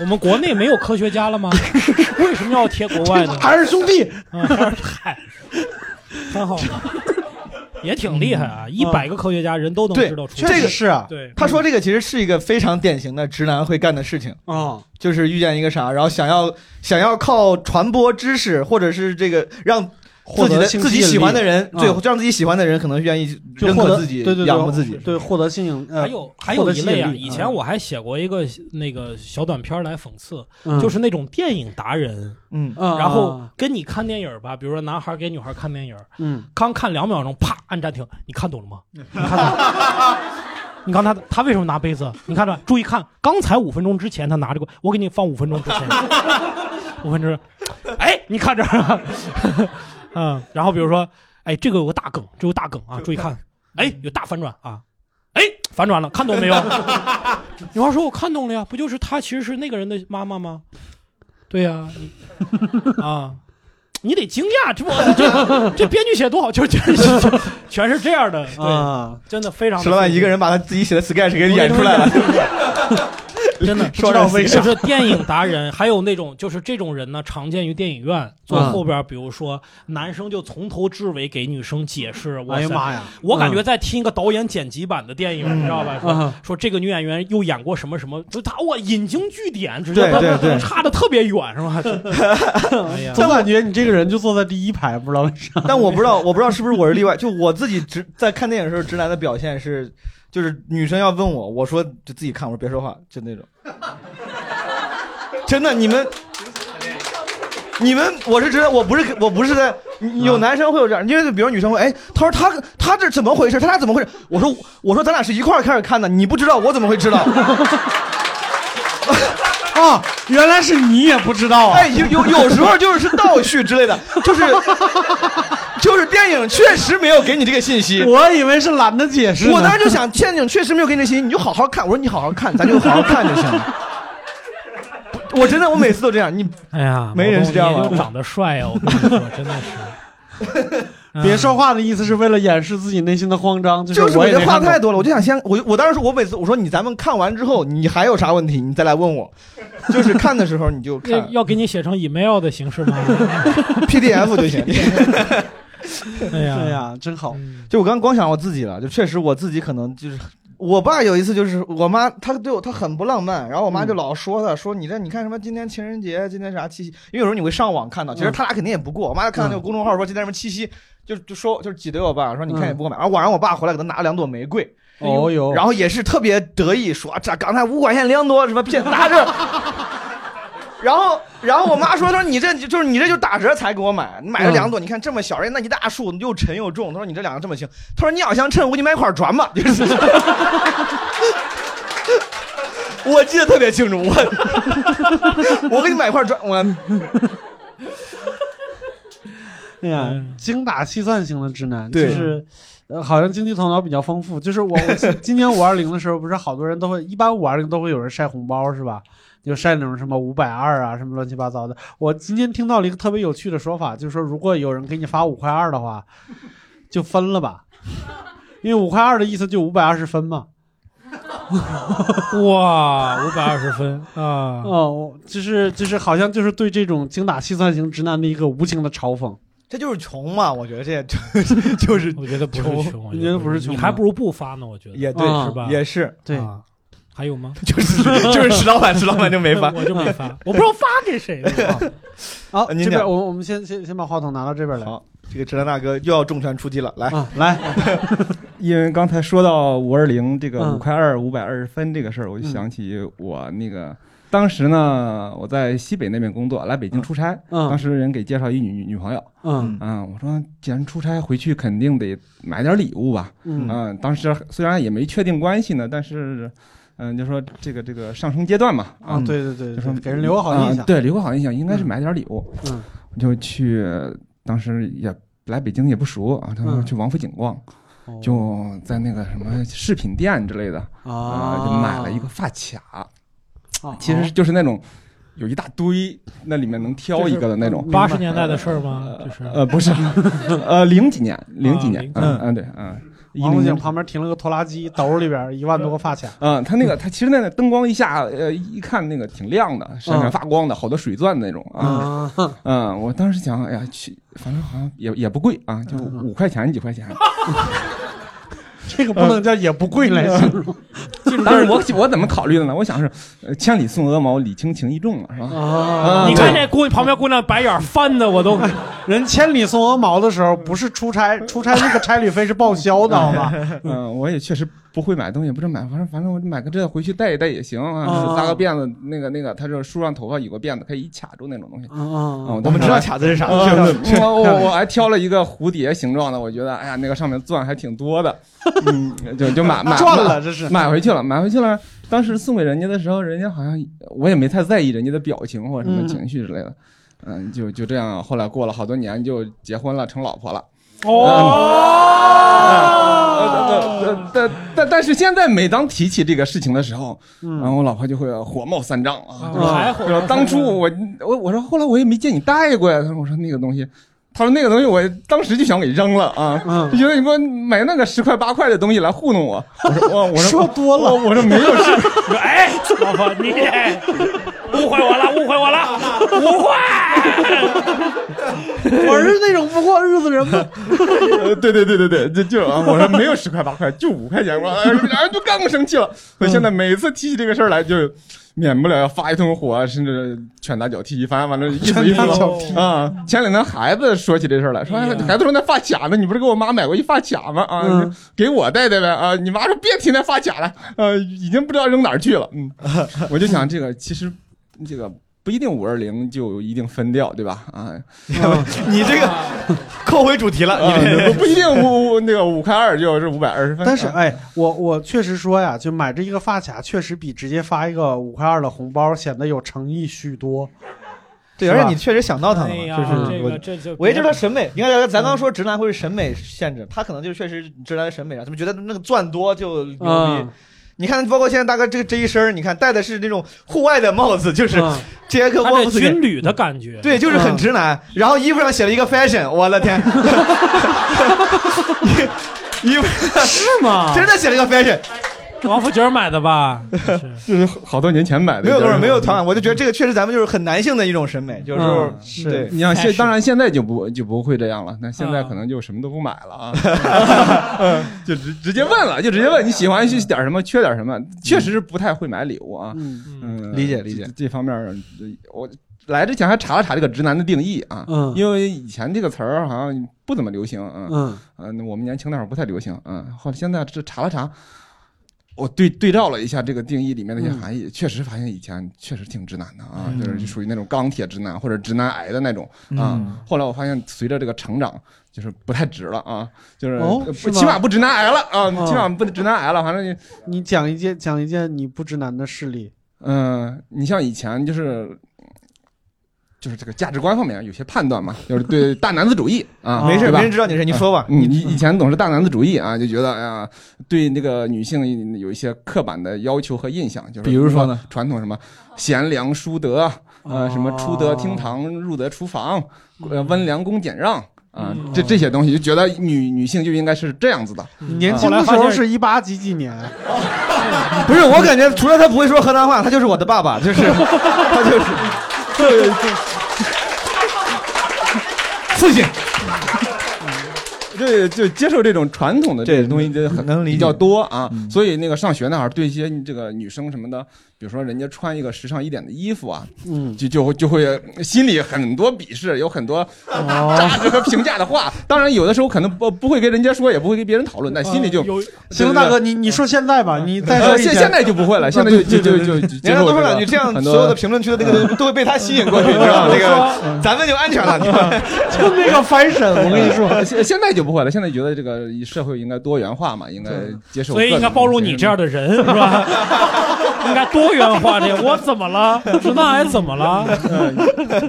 我们国内没有科学家了吗？ 为什么要贴国外呢？嗯
还是兄弟，
嗯还是嗨，很好。 也挺厉害啊，一百个科学家人都能
嗯对
知道，出。
这个是啊，
对，
他说这个其实是一个非常典型的直男会干的事情
啊，
就是遇见一个啥，然后想要想要靠传播知识或者是这个让。自
获
己
得
的
性
自己
吸引
喜欢的
力
人，对
啊，
让自己喜欢的人可能愿意
就
认
获
可
得
自己
对对，对
仰慕自己。
对，获得新颖。呃
还有还有一类啊，以前
我
我还写过一个那个小短片来讽刺，
嗯
就是那种电影达人，
嗯
啊
然后跟你看电影吧，比如说男孩给女孩看电影，
嗯，
刚看两秒钟，啪按暂停，你看懂了吗？你看懂了吗？你看他他为什么拿杯子？你看着，注意看，刚才五分钟之前他拿着过，我给你放五分钟 之前，五分钟，哎，你看这儿， 嗯，然后比如说，哎，这个有个大梗，这有大梗啊，注意看，哎，有大反转啊，哎，反转了，看懂没有？ 女孩说：“我看懂了呀，不就是她其实是那个人的妈妈吗？”对呀、你啊，你得惊讶，这不这这编剧写多好，就是就是就是全是这样的，对，
嗯
啊
真的非常。
石老板一个人把他自己写的 sketch 给演出来了，
真的
说让为啥
就是电影达人，还有那种就是这种人呢，常见于电影院坐后边，比如说男生就从头至尾给女生解释。哇
哎呀
塞
妈呀
我感觉
嗯
在听一个导演剪辑版的电影，你知道吧？
嗯
说说这个女演员又演过什么什么，就她哇引经据典，直接
对对对
差的特别远，是吧？哎呀，
总感觉你这个人就坐在第一排，不知道为啥。
但我不知道，我不知道是不是我是例外。就我自己直在看电影的时候，直男的表现是，就是女生要问我，我说就自己看，我说别说话，就那种。真的，你们，你们，我是直男，我不是我不是在你有男生会有这样，因为比如女生会，哎，他说他他这怎么回事？他俩怎么回事？我说我说咱俩是一块儿开始看的，你不知道，我怎么会知 道？
啊，原来是你也不知道啊！
哎，有有有时候就是倒叙之类的，就是就是电影确实没有给你这个信息。
我以为是懒得解释呢。
我当时就想，电影确实没有给你信息，你就好好看。我说你好好看，咱就好好看就行了。不我真的，我每次都这样。你
哎呀，
没人是这样
毛
吗
东你就长得 帅啊，我跟你说，真的嗯是。
别说话的意思是为了掩饰自己内心的慌张，就
就是是
我
我
也
这
没
话
看懂
太多了，我就想先我我当时说，我每次我说你咱们看完之后，你还有啥问题，你再来问我。就是看的时候你就
要
看
要给你写成 email 的形式吗？
PDF 就行。
哎呀，
对呀，真好。
就我刚光想我自己了，就确实我自己可能就是。我爸有一次就是我妈，她对我她很不浪漫，然后我妈就老说她，说你这你看什么今天情人节，今天啥七夕，因为有时候你会上网看到，其实他俩肯定也不过。我妈看到那个公众号说今天什么七夕，就就说就是挤兑我爸，说你看也不给我买。然后晚上我爸回来给他拿了两朵玫瑰，
哦哟
然后也是特别得意说啊这刚才五管钱两朵什么骗拿着，然后，然后我妈说：“她说你这就是你这就打折才给我买，你买了两朵，你看这么小，人家那一大束又沉又重。”她说：“你这两个这么轻。”她说：“你要想称，我给你买块砖吧。”就是， 我记得特别清楚， 我我给你买块砖，我
哎呀，
嗯
精打细算型的直男，就
对
是。呃，好像经济头脑比较丰富。就是我，我今 今年五二零的时候，不是好多人都会，一般五二零都会有人晒红包，是吧？就晒那种什么五百二啊，什么乱七八糟的。我今天听到了一个特别有趣的说法，就是说如果有人给你发五块二的话，就分了吧，因为五块二的意思就五百二十分嘛。
哇，五百二十分啊！
哦，就是就是，好像就是对这种精打细算型直男的一个无情的嘲讽。
这就是穷嘛，我觉得这就就是
我觉得不是穷，我
你
觉
觉得
得
不是穷
你
吗
还不如不发呢。我觉得
也对
啊
是吧？
也是
对，
啊还有吗？，
就是就是石老板，石老板就没发
我就没发，我不知道发给 谁了。
好、
呃您
这边
讲
我我们先先先把话筒拿到这边来。
好这个直男大哥又要重拳出击了，来，
啊， 来，
因为刚才说到五二零这个
嗯
五块二五百二十分这个事儿，我就
嗯
想起我那个当时呢，我在西北那边工作，来北京出差，
嗯
当时人给介绍一女女女朋友，
嗯
嗯，我说既然出差回去肯定得买点礼物吧，
嗯
嗯，当时虽然也没确定关系呢，但是嗯，就说这个这个上升阶段嘛，
啊，
嗯
对对对
就说
对，给人留个好印
啊
象。
对，留个好印象，应该是买点礼物。
嗯，
我就去，当时也来北京也不熟啊，他说
嗯
去王府井逛，
哦
就在那个什么饰品店之类的
啊
啊，就买了一个发卡，
啊
其实就是那种有一大堆，那里面能挑一个的那种。
八十年代的事儿吗？就是
呃，不是，呃，零几年，零几
啊
年
零，
嗯嗯，对，嗯，一
王
零
府
年
井旁边停了个拖拉机，兜里边一万多个发卡。
嗯，它那个它其实那个灯光一下，呃，一看嗯 那个挺亮的，闪闪发光的，好多水钻的那种啊。
啊，
嗯，我当时想，哎呀，去反正好像也也不贵啊，就五块钱几块 钱。
这个不能叫也不贵来形容。
但嗯是我我怎么考虑的呢？我想是，呃千里送鹅毛，礼轻情意重啊，是吧？
嗯
你看这哎姑旁边姑娘白眼翻的，我都。
人千里送鹅毛的时候，不是出差，出差那个差旅费是报销的，好吧？
嗯，我也确实不会买东西，不是买，反正反正我买个这回去戴一戴也行啊，
啊
扎个辫子，那个那个，他这梳上头发有个辫子，可以一卡住那种东西。
啊
我
我们知道卡子是啥
嗯
是
嗯
是
我我我还挑了一个蝴蝶形状的，我觉得哎呀，那个上面钻还挺多 的，嗯，就就买买
赚了
买
这是
买回去了，买回去了。当时送给人家的时候，人家好像我也没太在意人家的表情或者什么
嗯
情绪之类的，嗯，就就这样。后来过了好多年，就结婚了，成老婆了。嗯
哦，
但但 但但是现在每当提起这个事情的时候，
嗯
然后我老婆就会火冒三丈啊，就
还火冒三
说
丈
当初我我我说后来我也没见你带过呀，她说我说那个东西。她说那个东西，我当时就想给扔了啊，就觉得你给我买那个十块八块的东西来糊弄我。我说我我说多了，我说没有 是，
哎，老婆你哎误会我了，误会 我了，误会。
我是那种不过日子人吗？
呃 对对对对对，就就啊，我说没有十块八块，就五块钱，我哎然后就更生气了。所以现在每次提起这个事儿来，就免不了要发一通火，啊甚至拳打脚踢一番，反正意思意思
拳打脚踢
啊。前两天孩子说起这事儿来，说哎孩子说那发卡呢，你不是给我妈买过一发卡吗？啊，
嗯
你给我戴戴呗啊。你妈说别提那发卡了，呃，已经不知道扔哪儿去了。嗯，我就想这个其实这个。不一定五二零就有一定分掉，对吧？啊，
你这个 扣回主题了，
啊
你 这
不不一定五五那个五块二就是五百二十分。
但是
啊
哎，我我确实说呀，就买这一个发卡，确实比直接发一个五块二的红包显得有诚意许多。
对，
是
而
吧
且你确实想到他了
哎呀
嘛，就是
这
我
个这就
我一直说审美，你
嗯
看咱刚说直男会是审美限制，他可能就确实直男审美上，啊他们觉得那个钻多就牛逼
嗯。
你看，包括现在大哥这这一身儿，你看戴的是那种户外的帽子，就是
嗯
杰克
他
沃
这
夫斯
军
基，
旅的感觉，
对，就是
嗯
很直男。然后衣服上写了一个 fashion，我的天，衣服
是吗？
真的写了一个 fashion，
王府井买 的吧？
就是好多年前买的，
没有多
就是
少，没有条款，我就觉得这个确实咱们就是很男性的一种审美，有时候
嗯
对
你像现，当然现在就不就不会这样了，那现
嗯
在可能就什么都不买了啊， 嗯就直直接问了，就直接问你喜欢是点什么，缺点什么，确实是不太会买礼物啊，嗯，
理解理解
这这方面儿，呃我来之前还查了查这个直男的定义啊，
嗯
因为以前这个词儿好像不怎么流行啊，
嗯
嗯，我们年轻那会儿不太流行，嗯，后来现在这查了查。我对对照了一下这个定义里面的一些含义，确实发现以前确实挺直男的啊，
嗯
就是就属于那种钢铁直男或者直男癌的那种啊。
嗯
后来我发现，随着这个成长，就是不太直了啊，就是、
哦
呃
是
不
吗
起码不直男癌了啊，
哦
起码不直男癌了。反正你，
你讲一件讲一件你不直男的事例。
嗯、你像以前就是。就是这个价值观方面有些判断嘛，就是对大男子主义啊，
没事
对吧
没人知道你是谁你说吧
啊你你以前总是大男子主义啊，就觉得哎呀，对那个女性有一些刻板的要求和印象，就是
比如说呢，
传统什么贤良淑德啊，
哦
呃，什么出得厅堂，入得厨房，呃，
嗯
温良恭俭让啊，这这些东西就觉得女女性就应该是这样子的。啊
你
嗯
年轻的时候是一八几几年？
哎
不是，我感觉除了他不会说河南话，他就是我的爸爸，就是他就是 对父亲。
对，就接受这种传统的这些东西就很
能理解嗯
比较多啊，所以那个上学那会儿，对一些这个女生什么的，比如说人家穿一个时尚一点的衣服啊，
嗯，
就就会就会心里很多鄙视，有很多
哦
扎着和评价的话。当然，有的时候可能不不会跟人家说，也不会跟别人讨论，但心
哦
里就
啊
有
行，大哥，你你说现在吧，你再说
呃
一
现
件
现在就不
啊
会了，现在就就就就
你让他多说两句，这样所有的评论区的那个都会被 他吸引过去，你知道吗？ 这个咱们就安全了。 你知道吗
就那个 fashion，我跟你说，
说， 现现在就不会了。现在觉得这个社会应该多元化嘛，应该接
嗯
受各种，
所以应该包容你这样的人是 吧？应该多元化这，我怎么了？直男癌哎怎么了？
嗯。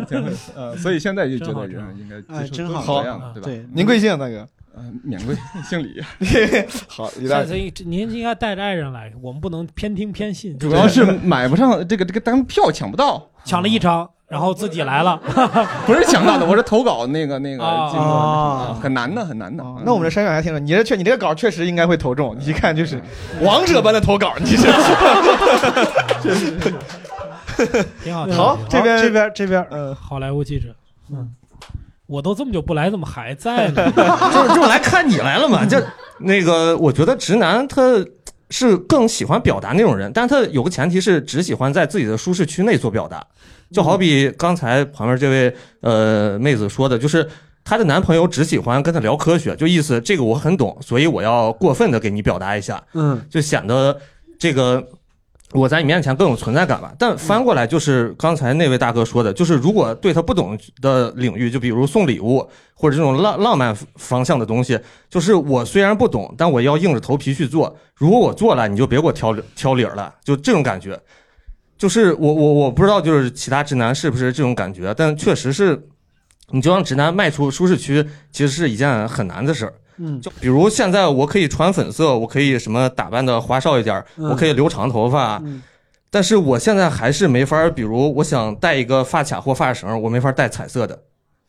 挺会呃，所以现在就觉得人应该
哎，
接
真
受各
好，
种各样的，对吧？
对，
您贵姓，大哥？
呃
嗯，免贵姓 李，
好，李大
所以这您应该带着爱人来，我们不能偏听偏信。
主要是买不上这个这个单票抢 不到，
抢了一张，然后自己来了，
不是抢到的，我是投稿那个那个
啊
进入的
啊
很难的很难的。 嗯
那我们这筛选还挺准，你这确你这个稿确实应该会投中，你一看就是王者般的投稿，你 是。
挺好。
好
挺
这边
这边这边，
嗯，
好莱坞记者，我都这么久不来，怎么还在呢？
就是就是来看你来了嘛。就那个，我觉得直男他是更喜欢表达那种人，但他有个前提是只喜欢在自己的舒适区内做表达。就好比刚才旁边这位呃妹子说的，就是她的男朋友只喜欢跟她聊科学，就意思这个我很懂，所以我要过分的给你表达一下，
嗯，
就显得这个我在你面前更有存在感吧。但翻过来就是刚才那位大哥说的，就是如果对他不懂的领域，就比如送礼物或者这种浪浪漫方向的东西，就是我虽然不懂，但我要硬着头皮去做。如果我做了，你就别给我挑理挑理儿了，就这种感觉。就是我我我不知道，就是其他直男是不是这种感觉，但确实是，你就让直男迈出舒适区，其实是一件很难的事儿。
嗯，
就比如现在我可以穿粉色，我可以什么打扮的花哨一点儿，
嗯
我可以留长头发，但是我现在还是没法儿，比如我想戴一个发卡或发绳，我没法儿戴彩色的，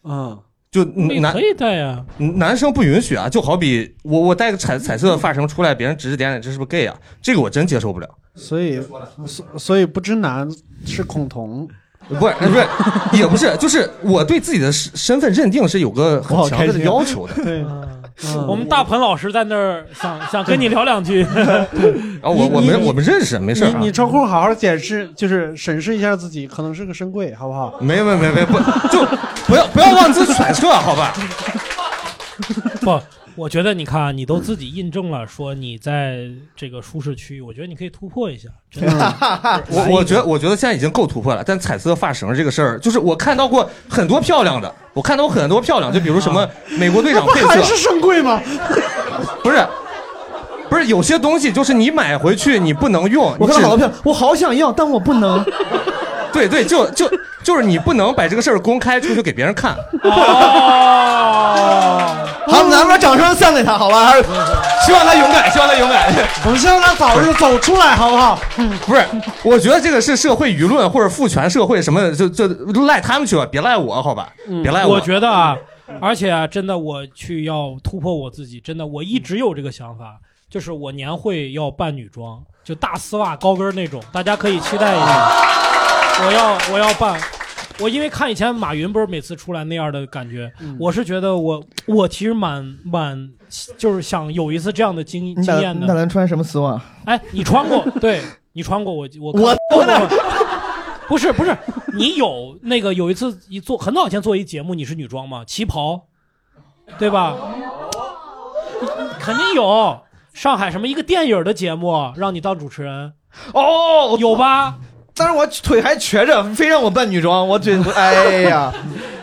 嗯，
就
你
男
可以戴呀、
男生不允许啊。就好比我我戴个彩彩色的发绳出来，别人指指点点，这是不是 gay 啊？这个我真接受不了。
所以所所以不知男是恐同，
不是 不是，也不是，就是我对自己的身身份认定是有个很强
啊
烈的要求的。
对，
嗯我们大鹏老师在那儿想想跟你聊两句，
然后我我们我们认识，没事儿啊
你。你抽空好好检视，就是审视一下自己，可能是个深柜，好不好？
没没没没不就不要不要妄自揣测，好吧？。
不，我觉得你看啊，你都自己印证了，说你在这个舒适区，我觉得你可以突破一下，真的
啊我我觉得我觉得现在已经够突破了，但彩色发绳这个事儿，就是我看到过很多漂亮的，我看到过很多漂亮，就比如什么美国队长配
那不还
色，
是深柜吗？
不是不是有些东西就是你买回去你不能用，
我看到好多漂
亮，我好想要，但我不能。 对对，就就就是你不能把这个事儿公开出去给别人看。
好，咱们把掌声献给他，好吧？还是
希望他勇敢，希望他勇 敢。
我们希望他早日走出来，好不好？
不是，我觉得这个是社会舆论或者父权社会什么的，就就赖他们去吧，别赖我，好吧，别赖
我。
我
觉得啊，而且啊，真的我去要突破我自己，真的我一直有这个想法，就是我年会要扮女装，就大丝袜、高跟那种，大家可以期待一下。我要我要扮。我因为看以前马云不是每次出来那样的感觉，我是觉得我我其实蛮蛮就是想有一次这样的经
你
经
打
验
你打
的。
算穿什么丝袜？
哎，你穿 过？对你穿过我我
我
我的不是不是，你有那个有一次一做很早以前做一节目，你是女装嘛，旗袍，对吧？肯定有上海什么一个电影的节目让你当主持人，
哦，
有吧？
但是我腿还瘸着，非让我扮女装，我腿，我哎 呀，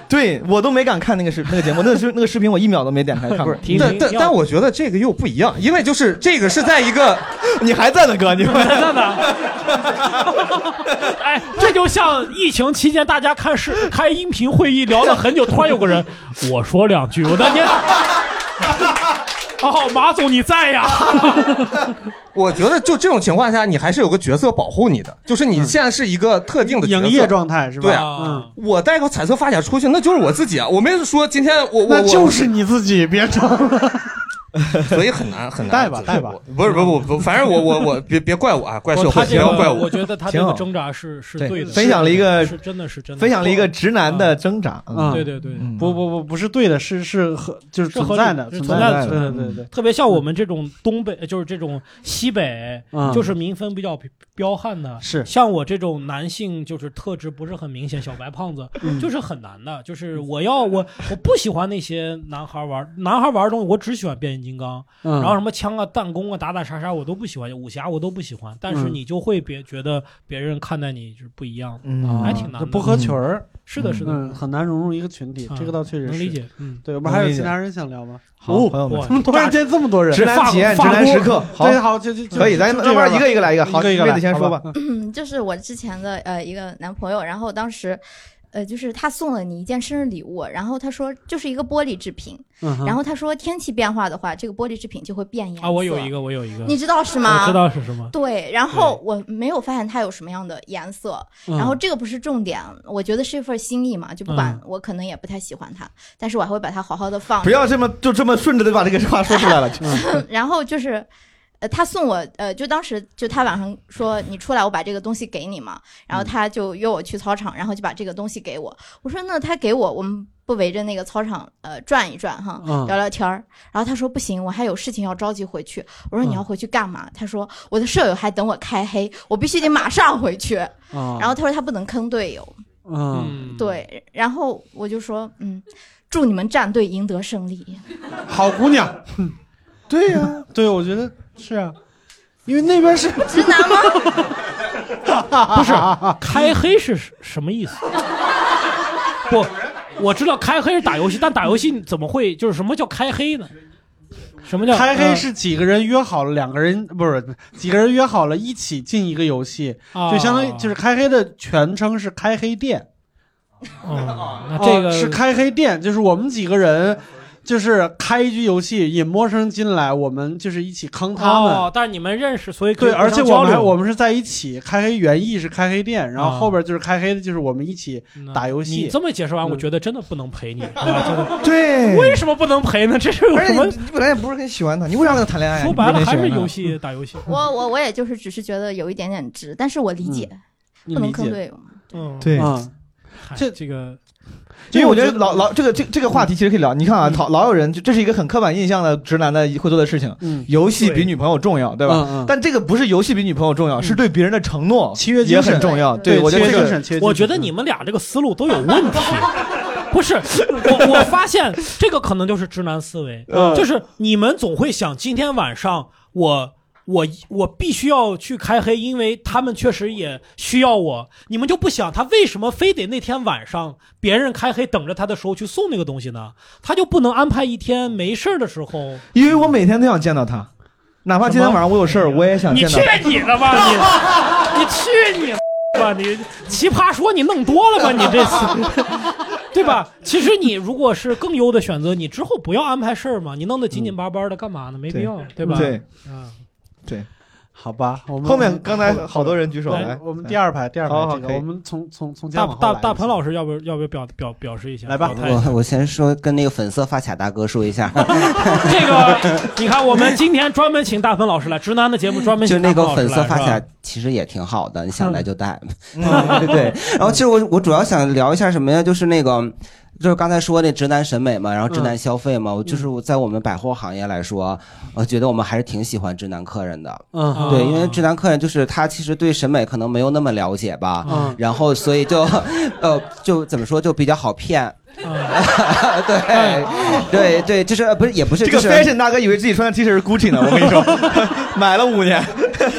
对我都没敢看那个视那个节目，那个视那个视频我一秒都没点开看过。
但但但我觉得这个又不一样，因为就是这个是在一个，
你还在呢，哥，你
还 在呢。哎，这就像疫情期间大家看视开音频会议聊了很久，突然有 个人我说两句，我当天。哦，马总你在呀？
我觉得就这种情况下，你还是有个角色保护你的，就是你现在是一个特定的角色
营业状态是吧
对啊，
嗯
我戴个彩色发卡出去，那就是我自己啊，我没说今天我我
那
我
就是你自己，别装了。
所以很难很难
带吧带吧，
不是不是我不，反正我我我别别怪我啊，怪社
不他
会，
这
不
个
要怪
我觉得他这
挺
个
好
挣扎是是
对
的，
分享了一个
是真的是真的，
分享了一个直男的挣扎。
嗯
对对对，
不不不，不是对的，是是和就是
是合
存
理
在的，
是
存
存在
的，嗯
的
对对对。
特别像我们这种东北，呃就是这种西北，
嗯
就是民风比较彪悍的。
是
像我这种男性，就是特质不是很明显，小白胖子，
嗯
就是很难的。就是我要我我不喜欢那些男孩玩，男孩玩的东西，我只喜欢变形金刚，
嗯
然后什么枪啊、弹弓啊、打打杀杀我都不喜欢，武侠我都不喜欢。但是
嗯
你就会别觉得别人看待你就是不一样，
啊
还挺难的，
不合群儿。
是的，是的。
嗯，很难融入一个群体，
嗯
这个倒确实是
能理解嗯
对我们还有
能理
其
解
他人想聊吗？
好
哦
朋友们
哇怎么突然间这么多人？
直男体验
法国
直男时刻好
对，好，就就就
可以咱
就
慢
这
慢
样
一个一个来一个
吧
好
一个一个
妹子
来
先
好
说
吧
吧。
嗯，就是我之前的呃一个男朋友，然后当时，呃，就是他送了你一件生日礼物，然后他说就是一个玻璃制品，
嗯哼
然后他说天气变化的话，这个玻璃制品就会变颜色。
啊，我有一个，我有一个，
你知道是吗
我知道是什么。
对，然后我没有发现它有什么样的颜色，
嗯
然后这个不是重点，我觉得是一份心意嘛，就不管
嗯
我可能也不太喜欢它，但是我还会把它好好的放着。
不要这么就这么顺着的把这个话说出来了。
然后就是，呃，他送我，呃，就当时就他晚上说你出来，我把这个东
嗯
西给你嘛。然后他就约我去操场，然后就把这个东西给我。我说那他给我，我们不围着那个操场呃转一转哈，
嗯
聊聊天儿。然后他说不行，我还有事情要着急回去。我说
嗯
你要回去干嘛？他说我的舍友还等我开黑，我必须得马上回去。
哦
然后他说他不能坑队友，
啊嗯，
对。然后我就说嗯，祝你们战队赢得胜利。
好姑娘， 对呀、对，我觉得是啊，因为那边是
直男吗？
不是开黑是什 么意思？不，我知道开黑是打游戏，但打游戏怎么会就是什么叫开黑呢？什么叫
开黑
呃
是几个人约好了，两个人不是几个人约好了一起进一个游戏，
啊
就相当于就是开黑的全称是开黑店。
嗯
哦，那这个、嗯
哦是开黑店，就是我们几个人。就是开一局游戏，引陌生人进来，我们就是一起坑他们。
哦，但是你们认识，所以可以
对，而且
互相
我们还
交流
我们是在一起开黑，原意是开黑店，然后
啊
后边就是开黑的，就是我们一起打游戏。
你这么解释完，
嗯
我觉得真的不能陪 你。啊真 的
对
为什么不能陪呢？这 是有
而
什
且
么
你？你本来也不是很喜欢他，你为啥跟他谈恋爱啊？
说白
你
了
不
还
很喜
是
欢他
游戏打游戏。
我我我也就是只是觉得有一点点直，但是我理
嗯
解，
你
不能
理解
坑队友。
嗯，
对
嗯
这这个，
因为我觉得老老这个这这
嗯
个话题其实可以聊。你看啊，老老有人，就这是一个很刻板印象的直男的会做的事情。
嗯，
游戏比女朋友重要，对吧？
嗯嗯嗯
但这个不是游戏比女朋友重要，是对别人的承诺，
契约
也很重要。
哎对
我觉得这
契约精
个
神，契约精神嗯
我觉得你们俩这个思路都有问题。不是，我我发现这个可能就是直男 思维，
嗯
就是你们总会想今天晚上我。我我必须要去开黑，因为他们确实也需要我。你们就不想他为什么非得那天晚上别人开黑等着他的时候去送那个东西呢？他就不能安排一天没事儿的时候？
因为我每天都想见到他，哪怕今天晚上我有事儿，我也想
你
见到
去
他。
你的吧你！你去你的吧你！奇葩说你弄多了吧你这次，对吧？其实你如果是更优的选择，你之后不要安排事儿嘛，你弄得紧紧巴巴的干嘛呢？没必要，对吧？
对，
嗯，
对，
好吧，我们
后面刚才好多人举手
对
来哎
我们第二排，第二
好
排
好
这
可
个，
以
我们从从从前
大
往后
大
来
大鹏老师，要不要不要表表表示一下？
来吧
表态一下
我我先说跟那个粉色发卡大哥说一下，
这 个，你看我们今天专门请大鹏老师来，直男的节目专门
就
请
那
大鹏
个
老师
粉色
来，
发卡
是吧
其实也挺好的，你想戴就戴。
嗯
对，然后其实我我主要想聊一下什么呀？就是那个，就是刚才说那直男审美嘛，然后直
嗯
男消费嘛，我就是我在我们百货行业来说，我觉得我们还是挺喜欢直男客人的。
嗯
对，因为直男客人就是他其实对审美可能没有那么了解吧，
嗯
然后所以就呃就怎么说就比较好骗。 对，对对，就是呃不是也不 是
这个
就是
fashion 大哥以为自己穿的 T 恤是 Gucci 呢，我跟你 说，买了五年，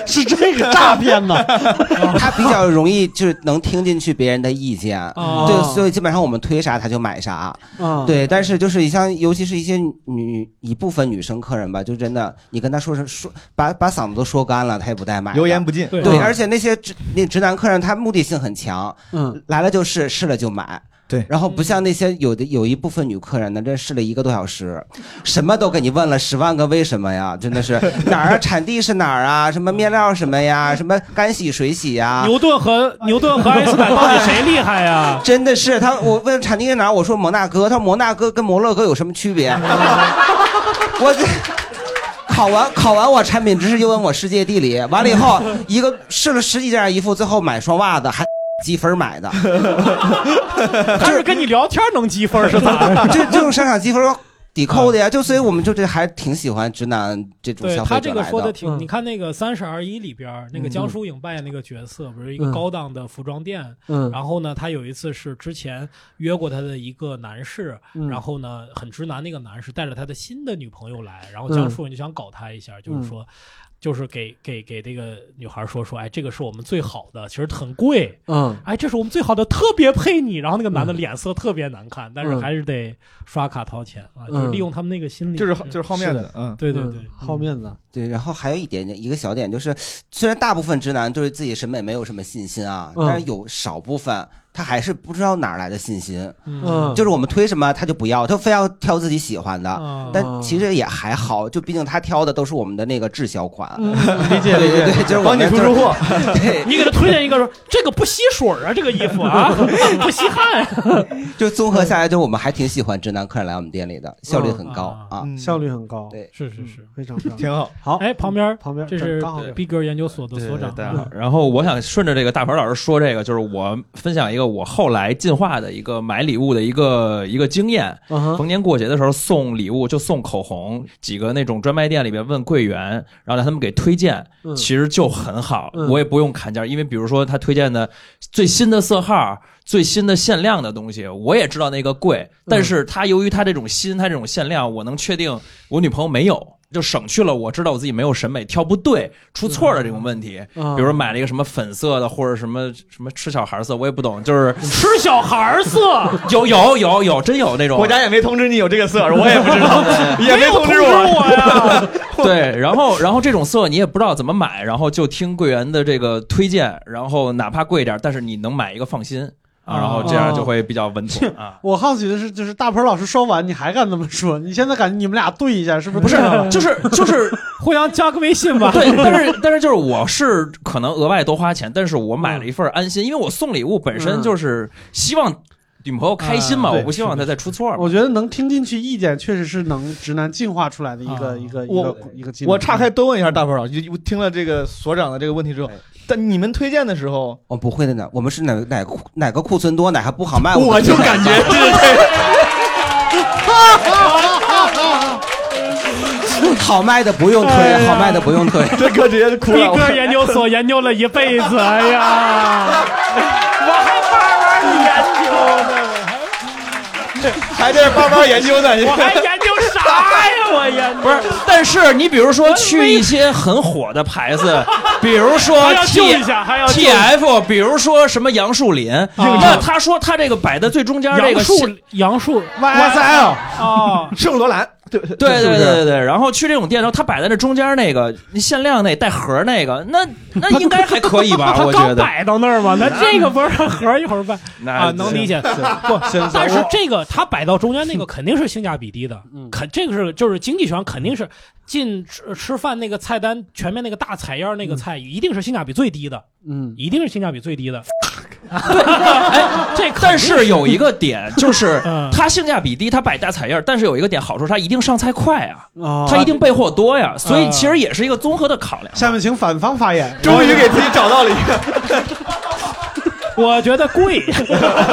是这个诈 骗呢。
他比较容易就是能听进去别人的意见，
哦
对，所以基本上我们推啥他就买啥，
嗯
对。但是就是你像，尤其是一些女一部分女生客人吧，就真的你跟他说是说把把嗓子都说干了，他也不带买的，
油盐不进嗯
对，
对
而且那些直那直男客人他目的性很强，
嗯，
来了就试，试了就买。
对，
然后不像那些有的有一部分女客人呢，这试了一个多小时，什么都给你问了十万个为什么呀，真 的是哪儿啊，产地是哪儿啊，什么面料什么呀，什么干洗水洗
啊
呀，
牛顿和牛顿和爱因斯坦到底谁厉害啊呀？
真的是他，我问产地在哪儿，我说摩纳哥，他说摩纳哥跟摩洛哥有什么区别？ 我这考完考完我产品知识，又问我世界地理，完了 以后一个试了十几件衣服，最后买双袜子还 积分 买的，
他是跟你聊天能 积分是咋 的？
这这种商场积分 抵扣的呀，就所以我们就这还挺喜欢直男这种
对
消
他
费
这
者
个
来嗯
说的挺，你看那个《三十而已》里边儿那个江疏影扮演那个角色，不是一个
嗯
高档的服装店，
嗯
然后呢，他有一次是之前约过他的一个男士，
嗯
然后呢很直男，那个男士带着他的新的女朋友来，然后
嗯
江疏影就想搞他一下，就是说。就是给给给这个女孩说说，哎，这个是我们最好的，其实很贵，
嗯
哎，这是我们最好的，特别配你。然后那个
嗯
男的脸色特别难看，但是
嗯
还是得刷卡掏钱啊，就
嗯
是利用他们那个心理，
就是就是好面子嗯
对对对，
好面子。
对，然后还有一点点一个小点就是，虽然大部分直男对自己审美没有什么信心啊，
嗯
但是有少部分他还是不知道哪儿来的信心。
嗯
就是我们推什么他就不要，他非要挑自己喜欢的，
嗯
但其实也还好，就毕竟他挑的都是我们的那个滞销款。
理解
对对
理解
对，就是我
帮
们
你出出货
对，
你给他推荐一个说这个不吸水啊，这个衣服啊 不吸汗啊。
就综合下来，就我们还挺喜欢直男客人来我们店里的，效率很高啊。
嗯效率很高，
对，
是是是，
非常棒，
挺好。
好，
哎，旁边
旁边
这是
刚好
逼格研究所的所长
嗯
啊
对对对大家好然后我想顺着这个大鹏老师说这个，就是我分享一个个我后来进化的一个买礼物的一个一个经验。
嗯
逢年过节的时候送礼物就送口红，几个那种专卖店里边问柜员，然后让他们给推荐
嗯，
其实就很好，
嗯
我也不用砍价，因为比如说他推荐的最新的色号。最新的限量的东西，我也知道那个
嗯
贵，但是它由于它这种新，它这种限量，我能确定我女朋友没有，就省去了我知道我自己没有审美，挑不对、出错的这种问题。
嗯
比如说买了一个什么粉色的，或者什么什么吃小孩色，我也不懂，就是
吃小孩儿色，
有有有有，真有那种。
国家也没通知你有这个色儿， 我也不知道，也没通知我。
对，然后然后这种色你也不知道怎么买，然后就听柜员的这个推荐，然后哪怕贵一点，但是你能买一个放心啊，然后这样就会比较稳妥啊。
我好奇的是，就是大鹏老师说完，你还敢这么说？你现在感觉你们俩对一下，是不是？不
是就是就是
互相加个微信吧。
对，但是但是就是我是可能额外多花钱，但是我
嗯
买了一份安心，因为我送礼物本身就是希望女朋友开心嘛，
嗯对
我不希望她再出错嘛。
我觉得能听进去意见，确实是能直男进化出来的一
啊
个一个一个
我
一个技能。
我岔开多问一下大鹏老师，就听了这个所长的这个问题之后，但你们推荐的时候，
我哦不会的呢，我们是哪哪个库哪个库存多，哪个不好卖，
我就
感觉好卖的不用推，好卖的不用推。
这哥直接哭
逼哥研究所研究了一辈子，哎呀，我还慢慢研究呢，
还在慢慢研究呢
我还研究啥呀？我 研究
不是，但是你比如说去一些很火的 牌子，比如说
还要
T
救一下还要救一
T
下啊
F，比如说什么杨树林，那他说他这个摆在最中间这个
杨树
是
杨树
YSL
哦，
啊圣罗兰，对对
对对对对对，然后去这种店，然后他摆在那中间那个限量那带盒那个， 那那应该还可以 吧？
他
我觉
刚
得
摆到那儿嘛，那这个不是盒一会儿摆
嗯那
啊，能理解。
行
不
行行，
但是
我
这个他摆到中间那个肯定是性价比低的，肯这个是就是经济学上肯定是进吃吃饭那个菜单前面那个大采样那个菜一定是性价比最低的，
嗯，
一定是性价比最低的。 这
但是有一个点就 是
嗯，
它性价比低，它摆大彩页，但是有一个点好处，它一定上菜快啊，
哦
啊，
它一定备货多
嗯
呀，所以其实也是一个综合的考量。
下面请反方发言。
终于给自己
找到了一个。
我觉得贵。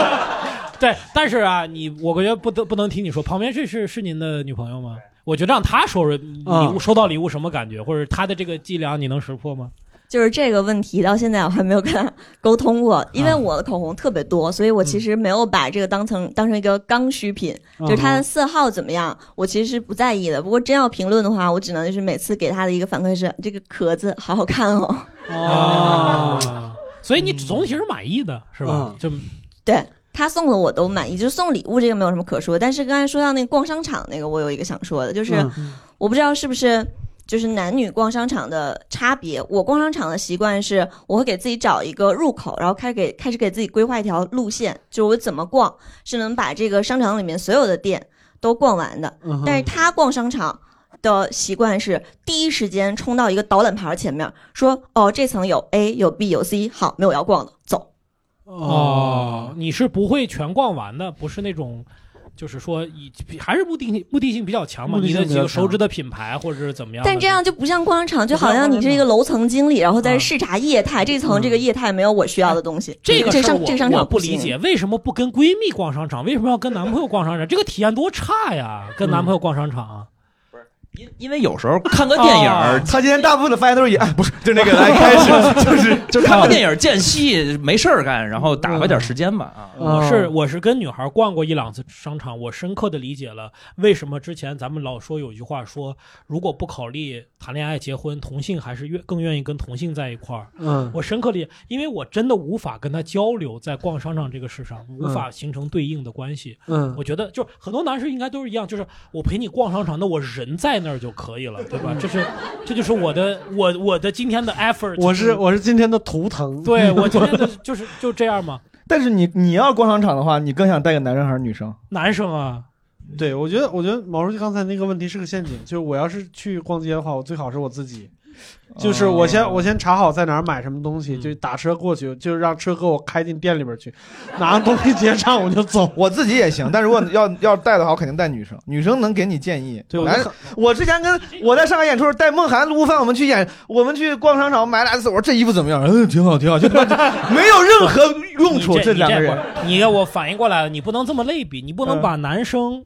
对，但是啊，你我觉得不得不能听你说，旁边这是是您的女朋友吗？我觉得让她说说礼物、
嗯
收到礼物什么感觉，或者她的这个伎俩你能识破吗？
就是这个问题到现在我还没有跟他沟通过，因为我的口红特别多，所以我其实没有把这个当成当成一个刚需品，
嗯
就是它的色号怎么样，我其实是不在意的。不过真要评论的话，我只能就是每次给他的一个反馈是这个壳子好好看哦。
哦，所以你总体是满意的，是吧？就
对他送的我都满意，就是送礼物这个没有什么可说。但是刚才说到那个逛商场那个，我有一个想说的，就是
嗯
我不知道是不是就是男女逛商场的差别。我逛商场的习惯是，我会给自己找一个入口，然后开始给开始给自己规划一条路线，就是我怎么逛是能把这个商场里面所有的店都逛完的
嗯哼。
但是他逛商场。的习惯是第一时间冲到一个导览牌前面，说：“哦，这层有 A，有 B，有 C，好，没有要逛的，走。”
哦，你是不会全逛完的，不是那种。就是说，以还是目的性目的性比较强嘛，
目的
你
性
的
比
几
较
个熟
强
知的品牌或者是怎么样的？
但这样就不像逛商
不
场，就
像
好像你是一个楼层经理，然后在
啊
视察业态，这层这个业态没有我需要的东西。
嗯哎这
个
个
这
事儿
商
我
这个商
我
场
不理
行
解，为什么不跟闺蜜逛商场？为什么要跟男朋友逛商场？这个体验多差呀！跟男朋友逛商场啊，
因为有时候看个 电影儿，
啊
哦
他今天大部分的发言都是以哎 不是 就那个来开始，就是
就看个电影儿间隙没事儿干，然后打发点时间吧
嗯
啊。
我
哦
是我是跟女孩逛过一两次商场，我深刻的理解了为什么之前咱们老说有句话说，如果不考虑谈恋爱、结婚，同性还是愿更愿意跟同性在一块儿。
嗯
我深刻理解，因为我真的无法跟他交流，在逛商场这个事上无法形成对应的关系。
嗯
我觉得就是很多男生应该都是一样，就是我陪你逛商场，那我人在那儿就可以了，对
嗯
吧？这是这就是我的我我的今天的 effort。
我是我是今天的 图腾。
对我今 天的就是就这样嘛。
但是你你要逛商场的话，你更想带个男生还是女生？
男生啊，
对我觉得我觉得毛书记刚才那个问题是个陷阱，就是我要是去逛街的话，我最好是我自己。
啊
就是我先我先查好在哪儿买什么东
嗯
西，就打车过去，就让车给我开进店里边去，拿着东西结账我就走。
我自己也行，但如果要要带的话，我肯定带女生，女生能给你建议。
对我
男
就很
我之前跟我在上海演出时候带孟涵、卢帆，我们去演，我们去逛商场买俩，我说这衣服怎么样？嗯，挺好，挺好，就 没有任何用处。
这
两个人，
你给我反应过来了，你不能这么类比，你
嗯
不能把男生。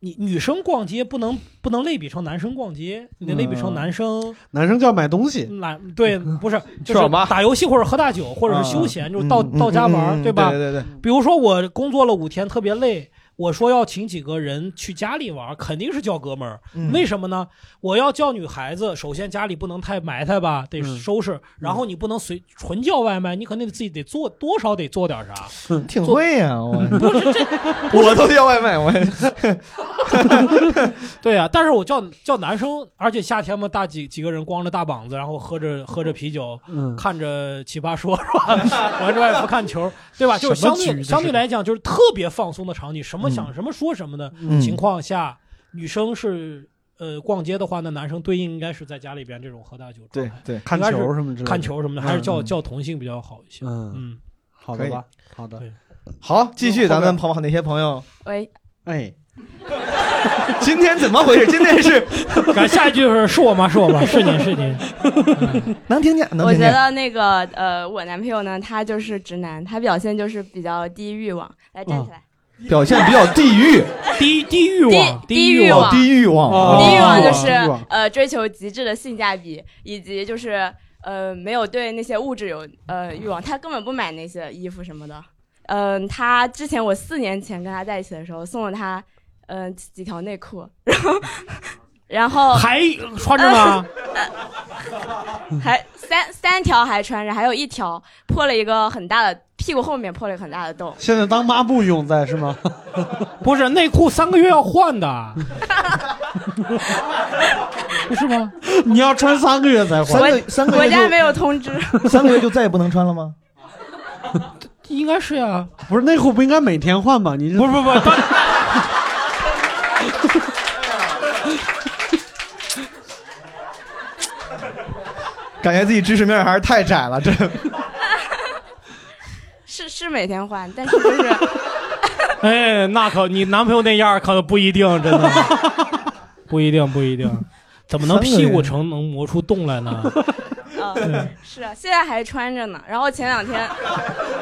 你女生逛街不能不能类比成男生逛街，你得类比成男生
男生就要买嗯东西，
懒对不 是
去
就是
网吧
打游戏或者喝大酒或者是休闲，就是到到家玩儿，
嗯
对吧？
对对对
比如说我工作了五天特别累，我说要请几个人去家里玩，肯定是叫哥们儿。
嗯
为什么呢？我要叫女孩子，首先家里不能太埋汰吧，
嗯
得收拾。然后你不能随纯叫外卖，你肯定得自己得做，多少得做点啥。
挺会呀、我
不是这，
我都叫外卖，我
对啊，但是我叫叫男生，而且夏天嘛，大几几个人光着大膀子，然后喝着喝着啤酒，
嗯
看着奇葩说是 吧？完之外不看球，对吧？就是
什
相
么局这
对
是
相对来讲，就是特别放松的场景，什么想什么说什么的
嗯
情况下，女生是呃逛街的话，那男生对应应该是在家里边这种喝大酒状态，
对对
看
应该是
球什么之类的
看球什么的，还是叫
嗯
叫同性比较好一些。
嗯
嗯，，
好的吧，好的，
好，继续，
后
咱
面
们跑跑哪些朋友？
喂，
哎，
今天怎么回事？今天是
赶下一句是是我吗？是我吗？是您是您，
能听见，能
我
听
觉
见。
得那个呃，我男朋友呢，他就是直男，他表现就是比较低欲望。哎来
哦
站起来，
表现比较地狱，
低低欲
望低低欲欲望
哦低欲望，
低欲
哦
望就
低欲
是
望
呃追求极致的性价比，以及就是呃没有对那些物质有呃欲望，他根本不买那些衣服什么的。嗯、他之前我四年前跟他在一起的时候，送了他嗯、呃几条内裤，然后 然后
还穿着吗？
还三三条还穿着，还有一条破了一个很大的屁股后面破了一个很大的洞。
现在当抹布用在是吗？
不是内裤三个月要换的，是吗？
你要穿三个月才换，
三个三个月
国家
就
没有通知，
三个月就再也不能穿了吗？
应该是呀、啊，
不是内裤不应该每天换吗？你不
不不，
感觉自己知识面还是太窄了，这
是是每天换，但是就是
哎，那可你男朋友那样可不一定，真的不一定，不一定，怎么能屁股成能磨出洞来呢？
呃是啊，现在还穿着呢。然后前两天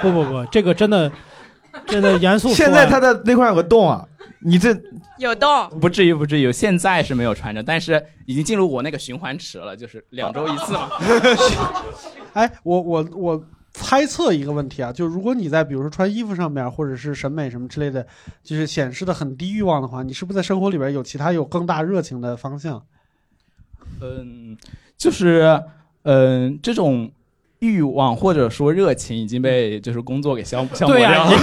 不不不，这个真的真的 严肃说啊。
现在他的那块有个洞啊，你这
有洞，
不至于，不至于。现在是没有穿着，但是已经进入我那个循环池了，就是两周一 次嘛。
哎，我我我猜测一个问题啊，就如果你在比如说穿衣服上面，或者是审美什么之类的，就是显示的很低欲望的话，你是不是在生活里边有其他有更大热情的方向？
嗯，就是嗯，这种欲望或者说热情已经被就是工作给消消磨
嗯对
掉
呀、
了。
人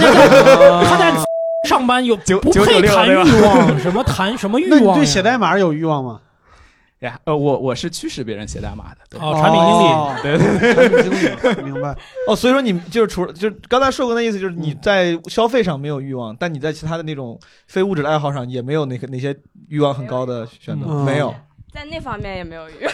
家 在他在 上班有不配
996
谈
对吧
欲望，什么谈什么欲望啊呀？
代码有欲望吗？
呀，呃，我我是驱使别人写代码的。对
哦产品经理哦
对对对，
经理，明白。
哦，所以说你就是除了就是刚才硕哥那意思，就是你在消费上没有欲望，但你在其他的那种非物质的爱好上也没有那个那些欲望很高的选择，
嗯
没有。
在那方面也没有遇。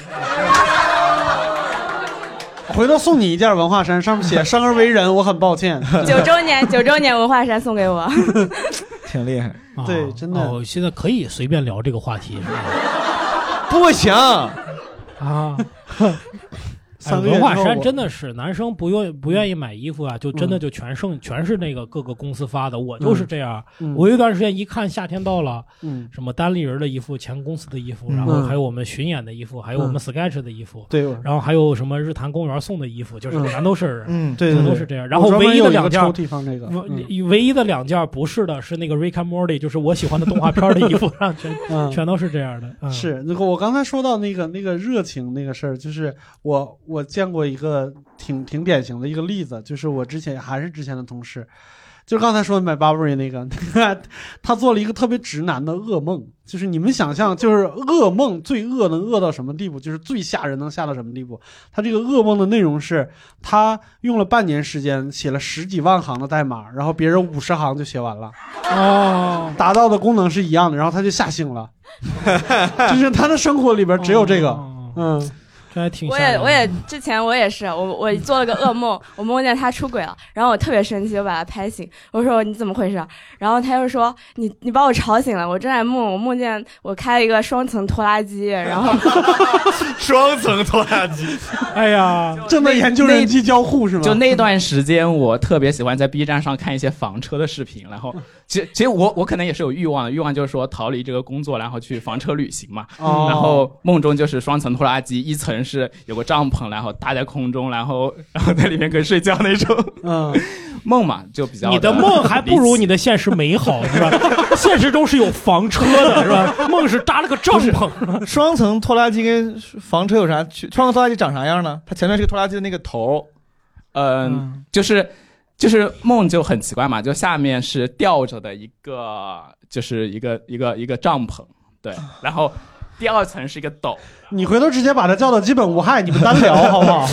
回头送你一件文化衫，上面 写“生而为人，我很抱歉”。
九 周年，九周年文化衫送给我。
挺厉害，
对，真
的。哦，现在 可以随便聊这个话题是吧？
不行
啊！哎
三个月
文化
之后
衫
我嗯
真的是男生不愿不愿意买衣服啊，就真的就全剩、全是那个各个公司发的。我就是这样，
嗯嗯
我有一段时间一看夏天到了，
嗯
什么单立人的衣服、前公司的衣服，
嗯
然后还有我们巡演的衣服，还有我们 Sketch 的衣服，
对
然后还有什么日坛公园送的衣服，就是
嗯
全都是，
嗯对对
全
对
都是这样。然后
我专门
唯一
有
的
一个
两件
抽屉放这个嗯
唯唯一的两件不是的是那个 Rick and Morty，就是我喜欢的动画片的衣 服上全、
嗯
全都是这样的。嗯、
是那个我刚才说到那个那个热情那个事儿，就是我我见过一个挺挺典型的一个例子，就是我之前还是之前的同事，就是刚才说的买 Burberry 那个， 他做了一个特别直男的噩梦，就是你们想象，就是噩梦最恶能恶到什么地步，就是最吓人能吓到什么地步。他这个噩梦的内容是他用了半年时间写了十几万行的代码，然后别人五十行就写完了，
哦，
达到的功能是 一样的，然后他就吓醒了。就是他的生活里边只有这个。嗯，
哦这还挺
我
吓人
也
的
我也之前我也是，我我做了个噩梦，我梦见他出轨了，然后我特别生气，我把他拍醒，我说你怎么回事？啊然后他又说你你把我吵醒了，我正在梦，我梦见我开了一个双层拖拉机，然后
双层拖拉机，
哎呀，
这么
研究人机交互是吗？
就那段时间，我特别喜欢在 B 站上看一些房车的视频，然 后其其实我我可能也是有欲望的，欲望就是说逃离这个工作，然后去房车旅行嘛。
哦
然后梦中就是双层拖拉机，一层是有个帐篷，然后搭在空中，然后然后在里面可以睡觉那种。
嗯，
梦嘛就比较
你的梦还不如你的现实美好，是吧？ 现实中是有房车的，是吧？梦是搭了个帐篷。
双层拖拉机跟房车有啥区？双层拖拉机长啥样呢？它前面是个拖拉机的那个头，
嗯，就是就是梦就很奇怪嘛，就下面是吊着的一个，就是一个一个一个帐篷，对，然后第二层是一个斗，
你回头直接把他叫到基本无害，你们单 聊好不好？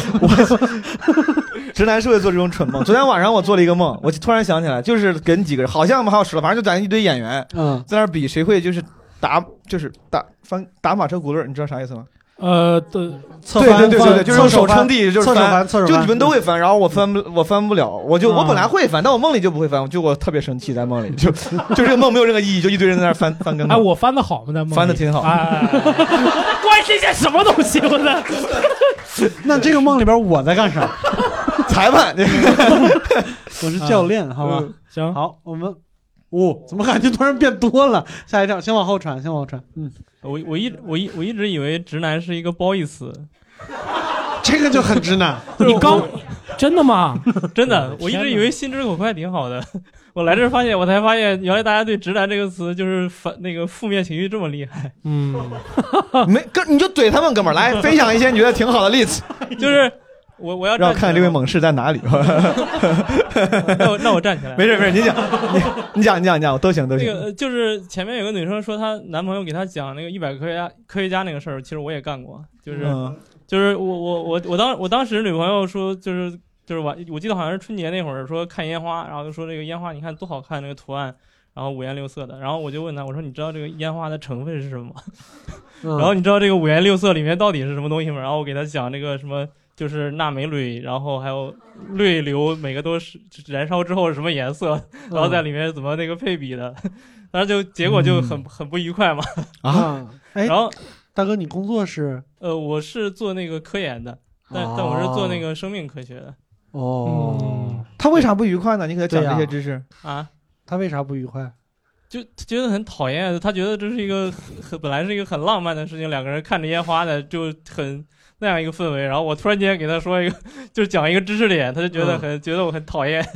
直男是会做这种蠢梦。昨天晚上我做了一个梦，我突然想起来，就是跟几个人，好像我们还有十了，反正就咱一堆演员，
嗯，
在那儿比谁会就是打，就是打翻打马车轱辘，你知道啥意思吗？
呃，对，
对对对对对，就是手撑地就是翻，嗯就你们都会翻，然后我翻不我翻不了，我就我本来会翻，但我梦里就不会翻，就我特别生气，在梦里就就这个梦没有任何意义，就一堆人在那儿翻翻跟头。
哎，我翻的好吗？在梦里
翻得挺好
哎， 关心些什么东西？我的，
那这个梦里边我在干 啥？
裁判，
我是教练，
啊
好吧
嗯？行，
好，我们，哦，怎么感觉突然变多了？下一站，先往后传，先往后传。嗯，
我我一我一我一直以为直男是一个褒义词，
这个就很直男。
你刚
真的 吗？
真的，我一
天
直
哪
以为心直口快挺好的， 我来这儿发现，我才发现原来大家对直男这个词就是反那个负面情绪这么厉害。
嗯，
没哥你就怼他们哥们儿来分享一些你觉得挺好的例子，
就是我我要
让
站
我
起来
看看这位猛士在哪里。
那我那我站起来。
没事没事，你讲你你 讲你讲你讲，都行都
那
行。
个呃就是前面有个女生说她男朋友给她讲那个一百科学家科学家那个事儿，其实我也干过，就是、
嗯
就是我我我我当我当时女朋友说就是就是我我记得好像是春节那会儿说看烟花，然后就说这个烟花你看多好看那个图案，然后五颜六色的，然后我就问她我说你知道这个烟花的成分是什么吗？
嗯
然后你知道这个五颜六色里面到底是什么东西吗？然后我给他讲这个什么，就是钠镁铝，然后还有氯硫，每个都是燃烧之后是什么颜色，
嗯嗯
然后在里面怎么那个配比的，然后就结果就很、很不愉快嘛。
啊，哎，
然后
大哥，你工作是？
呃，我是做那个科研的，但、但我是做那个生命科学的
哦，
他为啥不愉快呢？你给他讲
对呀
这些知识，
啊，
他为啥不愉快？
就他觉得很讨厌，啊他觉得这是一个很很本来是一个很浪漫的事情，两个人看着烟花的就很那样一个氛围，然后我突然间给他说一个，就是讲一个知识点，他就觉
嗯
得很、觉得我很讨厌。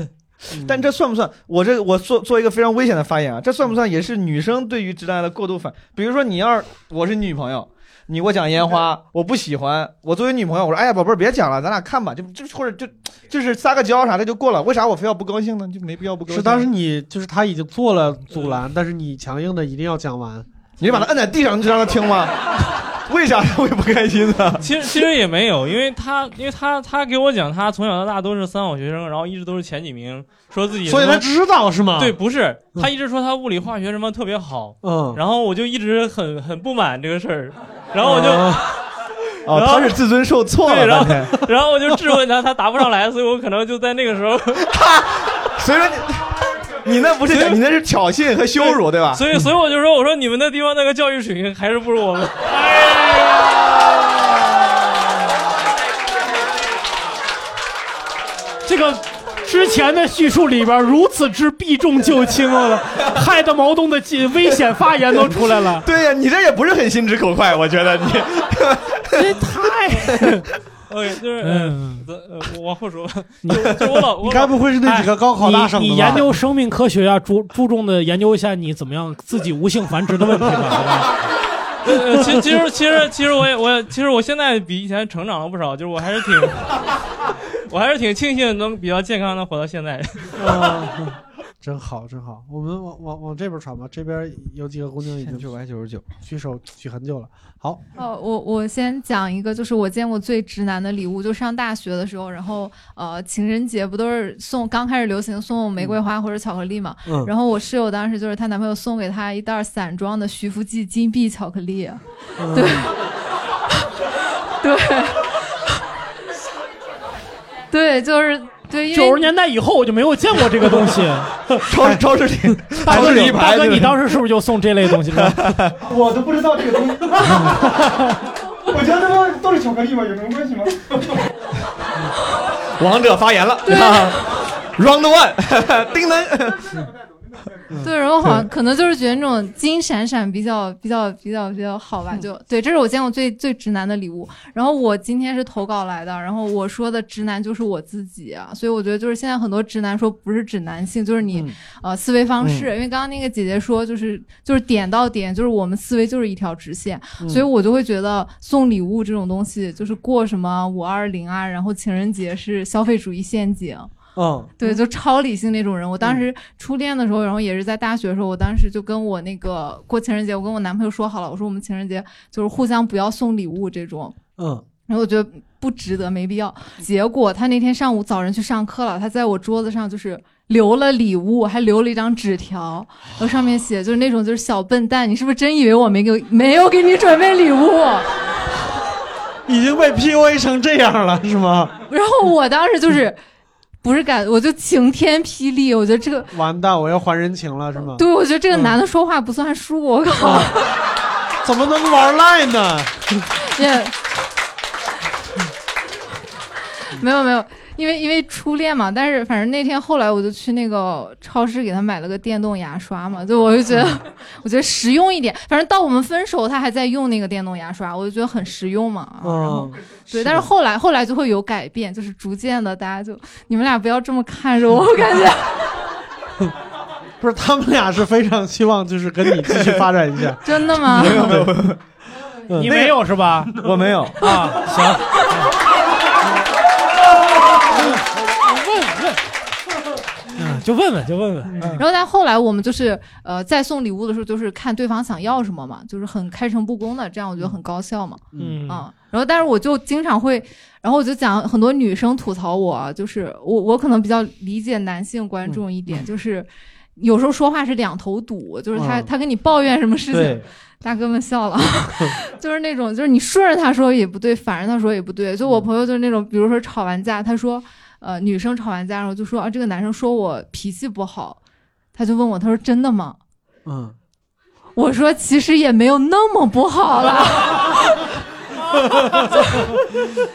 但这算不算？我这我做做一个非常危险的发言啊，这算不算也是女生对于直男的过度反？比如说，你要是我是你女朋友，你给我讲烟花，我不喜欢。我作为女朋友，我说哎呀宝贝儿别讲了，咱俩看吧，就就或者就就是撒个娇啥的就过了。为啥我非要不高兴呢？就没必要不高兴。
是当时你就是他已经做了阻拦，但是你强硬的一定要讲完。
嗯你就把他摁在地上，你就让他听吗？ 为啥他会不开心呢？
其实其实也没有，因为他因为他他给我讲，他从小到大都是三好学生，然后一直都是前几名，说自己
所以
什么
他知道是吗
对，不是，
嗯
他一直说他物理化学什么特别好，
嗯
然后我就一直很很不满这个事儿，然后我就。
哦
哦
然后
他是自尊受挫了
对，然后
半
然后我就质问他，他答不上来，所以我可能就在那个时候，
所以说你那不是你那是挑衅和羞辱，对吧？嗯
所以所以我就说，我说你们那地方那个教育水平还是不如我们。
这个之前的叙述里边如此之避重就轻，我的害得毛东的危险发言都出 来了。
对呀、你这也不是很心直口快，我觉得你
这太……
OK，就是嗯，咱呃我往后说吧，就就我老哎我老
哎你你研究生命科学呀、注注重的研究一下你怎么样自己无性繁殖的问 题吧。
呃呃其其实其实其实我也我也其实我现在比以前成长了不少，就是我还是挺，我还是挺庆幸能比较健康的活到现在。
啊， 真好，真好。我们往往往这边传吧，这边有几个姑娘已经九
百九十九
举手举很久了。好，
哦，我我先讲一个，就是我见过最直男的礼物，就上大学的时候，然后呃，情人节不都是送刚开始流行送玫瑰花或者巧克力嘛？
嗯
然后我室友当时就是她男朋友送给她啊
嗯
一袋散装的徐福记金币巧克力，对。 对，对，就是对，因为
九十年代以后我就没有见过这个东西。
超超市里，
大
超
哥
市里
你
一排
大哥
就是
你当时是不是就送这类东西了？
我都不知道这个东西。我觉得他妈都是巧克力嘛，有什么 关系吗？
王者发言了啊，Round One，叮 当。
嗯
对，然后好像可能就是觉得那种金闪闪比较 比较比较比较好
嗯
吧，就对，这是我见过最最直男的礼物。然后我今天是投稿来的，然后我说的直男就是我自己啊，所以我觉得就是现在很多直男说不是指男性，就是你、呃思维方式，
嗯
因为刚刚那个姐姐说就是就是点到点，就是我们思维就是一条直线，
嗯
所以我就会觉得送礼物这种东西就是过什么五二零啊，然后情人节是消费主义陷阱。
嗯，
对，就超理性那种人。我当时初恋的时候，然后也是在大学的时候，我当时就跟我那个过情人节，我跟我男朋友说好了，我说我们情人节就是互相不要送礼物这种。
嗯，
然后我觉得不值得，没必要。结果他那天上午早晨去上课了，他在我桌子上就是留了礼物，还留了一张纸条，然后上面写就是那种就是小笨蛋，你是不是真以为我没给 没有给你准备礼物？
已经被 PUA 成这样了是吗？
然后我当时就是不是感，我就晴天霹雳，我觉得这个
完蛋，我要还人情了是吗？
对，我觉得这个男的说话不算数，我靠，
怎么能玩赖呢？
嗯
也没有没有，因为因为初恋嘛，但是反正那天后来我就去那个超市给他买了个电动牙刷嘛，就我就觉得、 我觉得实用一点，反正到我们分手他还在用那个电动牙刷，我就觉得很实用嘛。
嗯，
对，哦但是后来后来就会有改变，就是逐渐的大家就你们俩不要这么看着我，我感 觉。，
不是他们俩是非常希望就是跟你继续发展一下
真的 吗没有没有
有，嗯
你没有是吧？
我没有
啊，行。嗯就问问，就问问。
嗯
然后但后来我们就是呃，在送礼物的时候，就是看对方想要什么嘛，就是很开诚布公的，这样我觉得很高效嘛。
嗯
啊，然后但是我就经常会，然后我就讲很多女生吐槽我啊，就是我我可能比较理解男性观众一点，就是有时候说话是两头堵，就是他、
嗯
他跟你抱怨什么事情
对。
大哥们笑了， 就是那种，就是你顺着他说也不对，反着他说也不对。就
嗯
我朋友就是那种，比如说吵完架，他说，呃，女生吵完架，然后就说啊，这个男生说我脾气不好，他就问我，他说真的吗？
嗯，
我说其实也没有那么不好 啦。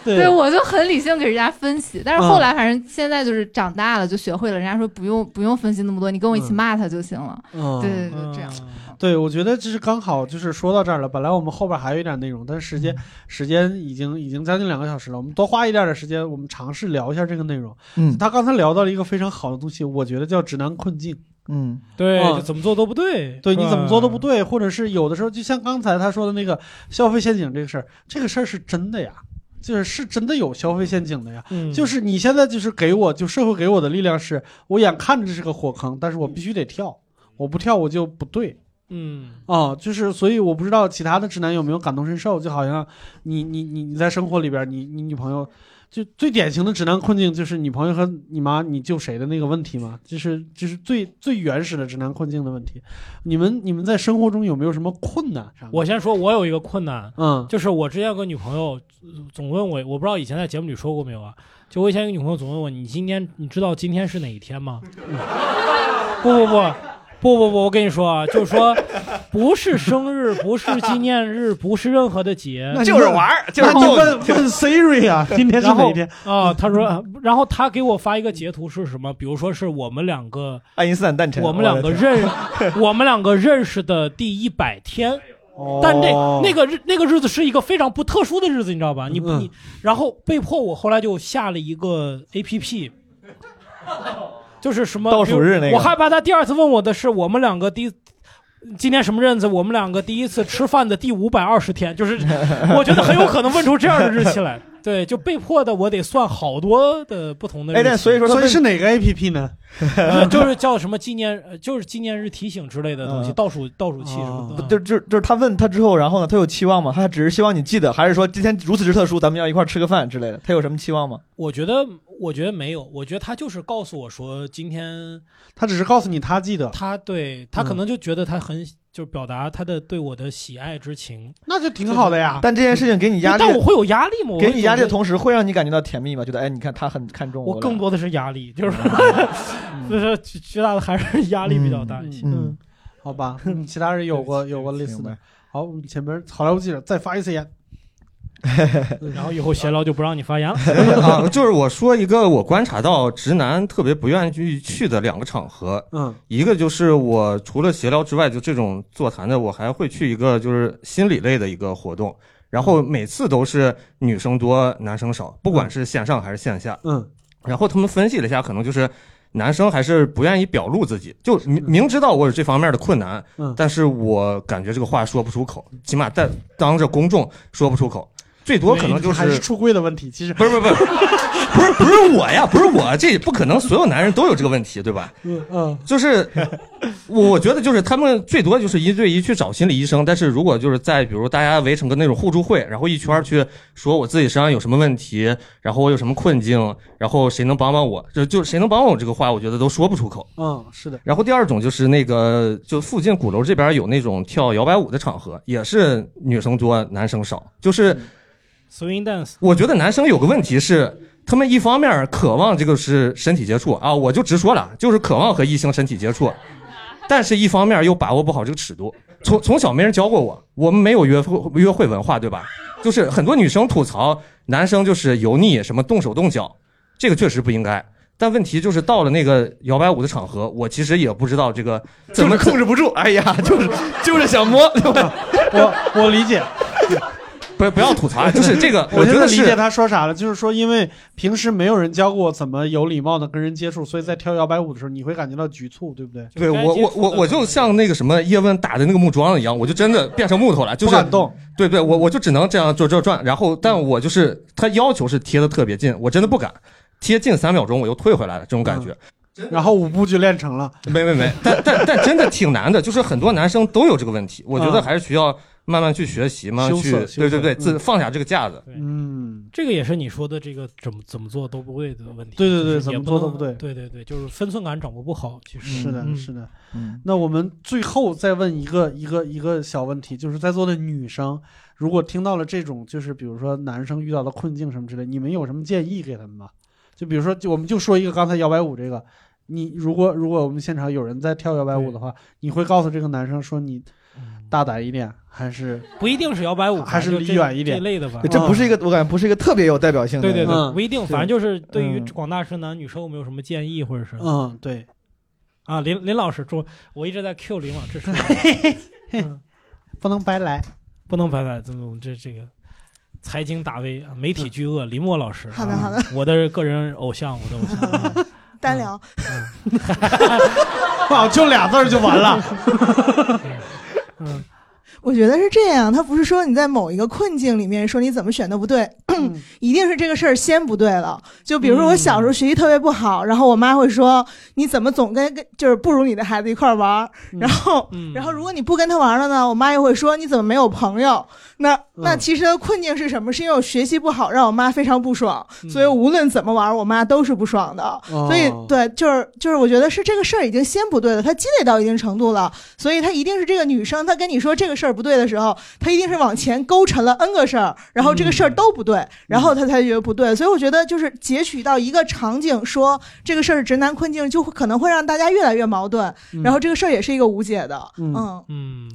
对我就很理性给人家分析，但是后来
嗯
反正现在就是长大了就学会了，人家说不用不用分析那么多，你跟我一起骂他就行了。
嗯
对对对，这样。
对，我觉得这是刚好就是说到这儿了。本来我们后边还有一点内容，但是时间、时间已经已经将近两个小时了，我们多花一点点时间，我们尝试聊一下这个内容。
嗯
他刚才聊到了一个非常好的东西，我觉得叫直男困境。
嗯，
对，
嗯
就怎么做都不对。
对
是吧
你怎么做都不对，或者是有的时候，就像刚才他说的那个消费陷阱这个事儿，这个事儿是真的呀，就是是真的有消费陷阱的呀。
嗯
就是你现在就是给我，就社会给我的力量是，我眼看着这是个火坑，但是我必须得跳，我不跳我就不对。
嗯，
啊、就是，所以我不知道其他的直男有没有感同身受，就好像你你你你在生活里边，你你女朋友就最典型的直男困境就是你朋友和你妈你救谁的那个问题嘛，就是就是最最原始的直男困境的问题。你们你们在生活中有没有什么困难啥的？
我先说，我有一个困难，
嗯
就是我之前有个女朋友呃总问我，我不知道以前在节目里说过没有啊？就我以前有个女朋友总问我，你今天你知道今天是哪一天吗？
嗯
不不不。不不不，我跟你说啊，就是说，不是生日，不是纪念日，不是任何的节
那，你问就是玩儿就是那你逗问问 Siri 啊今天是哪一天
然后啊？他说，然后他给我发一个截图是什么？比如说是我们两个
爱因斯坦诞辰，
我们两个
的天
认， 我们两个认识的第一百天。
哦
但那那个日那个日子是一个非常不特殊的日子，你知道吧？你
嗯
不你，然后被迫我后来就下了一个 A P P，就是什么
倒数日那个
我害怕他第二次问我的是我们两个第今天什么日子？我们两个第一次吃饭的第五百二十天，就是 我觉得很有可能问出这样的日期来。对，就被迫的我得算好多的不同的日期。
哎所以是哪个 A P P 呢？
呃，就是叫什么纪念，呃就是纪念日提醒之类的东
嗯
西，倒数倒数器什
哦
么的。
不就就就是他问他之后，然后呢，他有期望吗？他只是希望你记得，还是说今天如此之特殊，咱们要一块儿吃个饭之类的？他有什么期望吗？
我觉得，我觉得没有，我觉得他就是告诉我说，今天
他只是告诉你他记得，嗯
他对他可能就觉得他很、就是表达他的对我的喜爱之情，
那就挺好的呀
但这件事情给你压力，
但我会有压力吗？我
给你压力的同
时，
时，会让你感觉到甜蜜吗？觉得哎，你看他很看重
我
我
更多的是压力，就是
嗯
就是巨巨大的还是压力比较大一些。
嗯，好吧，其他人有 过有过类似的。好，我们前面好莱坞记者再发一次 言，嗯
然后以后闲聊就不让你发言了。
嗯
啊，就是我说一个我观察到直男特别不愿意去去的两个场合，
嗯，
一个就是我除了闲聊之外，就这种座谈的，我还会去一个就是心理类的一个活动，然后每次都是女生多男生少，不管是线上还是线下，
嗯，
然后他们分析了一下，可能就是。男生还是不愿意表露自己，就明明知道我有这方面的困难，
嗯
但是我感觉这个话说不出口，起码在当着公众说不出口，最多可能就是
还是出柜的问题。其实
不是不是不是不是不是我呀，不是我，这不可能所有男人都有这个问题，对吧？
嗯嗯
就是我我觉得就是他们最多就是一对一去找心理医生，但是如果就是在比如大家围成个那种互助会，然后一圈儿去说我自己身上有什么问题，然后我有什么困境，然后谁能帮帮我，就就谁能帮帮我这个话，我觉得都说不出口。
嗯，是的，
然后第二种就是那个，就附近鼓楼这边有那种跳摇摆舞的场合，也是女生多，男生少。就是
，swing dance，
我觉得男生有个问题是，他们一方面渴望这个是身体接触啊，我就直说了，就是渴望和异性身体接触， 但是一方面又把握不好这个尺度。从从小没人教过我，我们没有约会约会文化，对吧？就是很多女生吐槽男生就是油腻，什么动手动脚，这个确实不应该。但问题就是到了那个摇摆舞的场合，我其实也不知道这个怎么控制不住。哎呀，就是就是想摸，
我我理解。
不不要吐槽，啊就是这 个，
我
觉
现在
得
理
是
解他说啥了，就是说，因为平时没有人教过我怎么有礼貌的跟人接触，所以在跳摇摆舞的时候，你会感觉到局促，对不对？
对我我我我就像那个什么叶问打的那个木桩一样，我就真的变成木头了，就是
不敢动。
对对，我我就只能这样就这转，然后但我就是他要求是贴的特别近，我真的不敢贴近三秒钟我又退回来了，这种感觉。
然后舞步就练成了。
没没没，但但但真的挺难的，就是很多男生都有这个问题，我觉得还是需要慢慢去学习，慢慢去
羞涩羞涩
对对对，自
嗯
放下这个架子。
嗯，
这个也是你说的这个怎么怎么做都不对的问题。
对对对
就是
怎
也
么
不
做
能
都不对
对对对，就是分寸感掌握不好，其实
是的，
嗯
是的。那我们最后再问一个一个一个小问题，就是在座的女生，如果听到了这种，就是比如说男生遇到的困境什么之类，你们有什么建议给他们吗？就比如说，就我们就说一个刚才摇摆舞这个，你如果如果我们现场有人在跳摇摆舞的话，你会告诉这个男生说你大胆一点，还是
不一定是摇摆舞吧，
还是
就
离
这
远一点
这类的吧。
这不是一个，我感觉不是一个特别有代表性的。
嗯对对对，
嗯
不一定，反正就是对于广大直男女生，有没有什么建议或者是？
嗯，对。
啊，林林老师，中，我一直在 Q 林老啊师，
不能白来，
嗯不能白白，这种这这个财经大 V 啊，媒体巨鳄林墨老师，
好的
啊
好的
我的个人偶像，我的偶像。
单聊。
哇，就俩字儿就完了。
我觉得是这样，他不是说你在某一个困境里面说你怎么选都不对， 一定是这个事儿先不对了。就比如说我小时候学习特别不好，然后我妈会说你怎么总跟跟就是不如你的孩子一块儿玩儿，然后、然后如果你不跟他玩了呢，我妈又会说你怎么没有朋友？那那其实他的困境是什么？是因为我学习不好，让我妈非常不爽，所以无论怎么玩，我妈都是不爽的。
哦
所以对，就是就是，我觉得是这个事儿已经先不对了，他积累到一定程度了，所以他一定是这个女生，她跟你说这个事儿不对的时候，她一定是往前勾陈了 n 个事儿，然后这个事儿都不对，然后她才觉得不对。所以我觉得就是截取到一个场景说这个事儿是直男困境，就会可能会让大家越来越矛盾，
嗯
然后这个事儿也是一个无解的。嗯
嗯，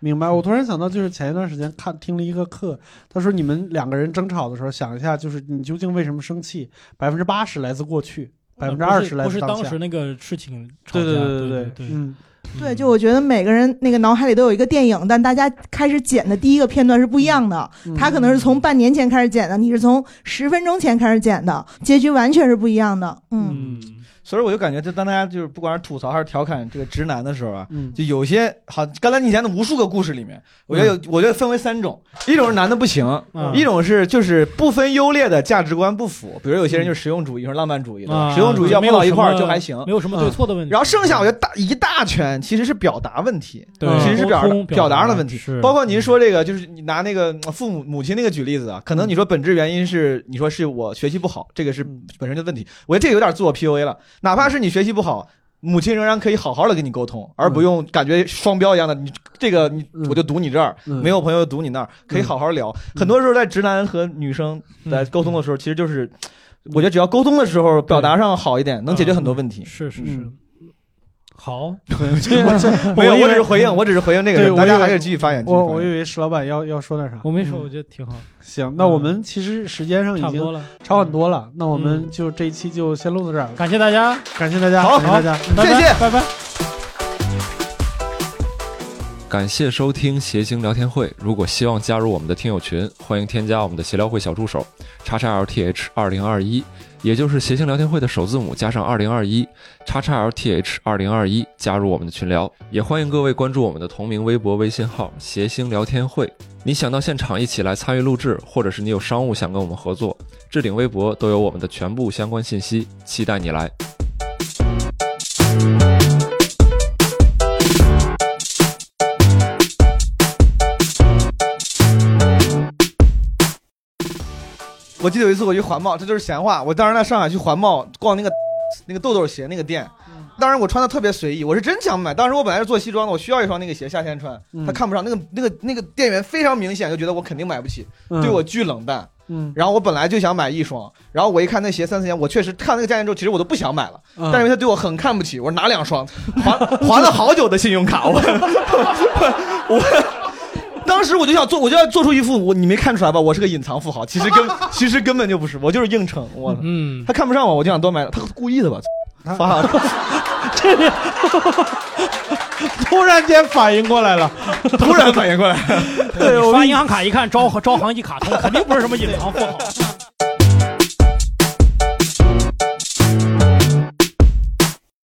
明白。我突然想到，就是前一段时间看听了一个课，他说你们两个人争吵的时候，想一下，就是你究竟为什么生气？百分之八十来自过去，百分之二十来
不
自
是
当
当
下
时。那个事情吵
对
架，
对
对
对
对，
嗯，
对，就我觉得每个人那个脑海里都有一个电影，但大家开始剪的第一个片段是不一样的。他可能是从半年前开始剪的，你是从十分钟前开始剪的，结局完全是不一样的。嗯，
所以我就感觉，就当大家就是不管是吐槽还是调侃这个直男的时候啊，
嗯
就有些好，刚才你讲的无数个故事里面，我觉
嗯
得有，我觉得分为三种，一种是男的不行，
嗯
一种是就是不分优劣的价值观不符，比如有些人就是实用主义，有人浪漫主义的，
啊
实用主义要
没
不
有
到一块
什
儿
么
就还行，嗯
没有什么对错的问题
然后剩下我觉得大一大圈其实是表达问题，
对
其实是表
沟
达
通表
表
达
达上的问题
是，
包括您说这个，就是你拿那个呃父母母亲那个举例子啊，可能你说本质原因是你
嗯
说是我学习不好，这个是本身的问题，我觉得这个有点自我 PUA 了。哪怕是你学习不好，母亲仍然可以好好的跟你沟通，而不
嗯
用感觉双标一样的，你这个你我就堵你这儿，
嗯
没有朋友堵你那儿，可以好好聊。很多时候在直男和女生
嗯
在沟通的时候，其实就是，我觉得只要沟通的时候表达上好一点，能解决很多问题。
嗯
嗯
是是是， 好，
没有，我只是回应，我只是回应那个
对
人，
我
大
以
家
为
还是继续发言。继续
我
发言
我以为石老板要要说点啥，嗯
我没说，我觉得挺好。嗯
行，那我们其实时间上已
差不
经
多了嗯
差很多了，那我们就这一期就先录到这儿了。
感谢大家，
感谢大家，
好
感谢大家，
好谢谢拜拜。
感谢收听谐星聊天会。如果希望加入我们的听友群，欢迎添加我们的协聊会小助手叉叉 LTH 二零二一，也就是谐星聊天会的首字母加上二零二一叉叉 LTH 二零二一，加入我们的群聊。也欢迎各位关注我们的同名微博、微信号“谐星聊天会”。你想到现场一起来参与录制，或者是你有商务想跟我们合作，置顶微博都有我们的全部相关信息，期待你来。
我记得有一次我去环贸，这就是闲话。我当时在上海去环贸逛那个那个豆豆鞋那个店，当时我穿的特别随意，我是真想买。当时我本来是做西装的，我需要一双那个鞋夏天穿，他看不上。那个那个那个店员非常明显就觉得我肯定买不起，
嗯
对我巨冷淡。
嗯
然后我本来就想买一双，然后我一看那鞋三四千，我确实看那个价钱之后，其实我都不想买了，
嗯
但是因为他对我很看不起，我说拿两双，还还了好久的信用卡，我我当时我就想做，我就要做出一副我你没看出来吧，我是个隐藏富豪，其实 根其实根本就不是，我就是硬撑，我
嗯，
他看不上我，我就想多买，他故意的吧，发
这是 突然间反应过来了，
突然反应过来，
对，我
发银行卡一看，招招行一卡通，肯定不是什么隐藏富豪。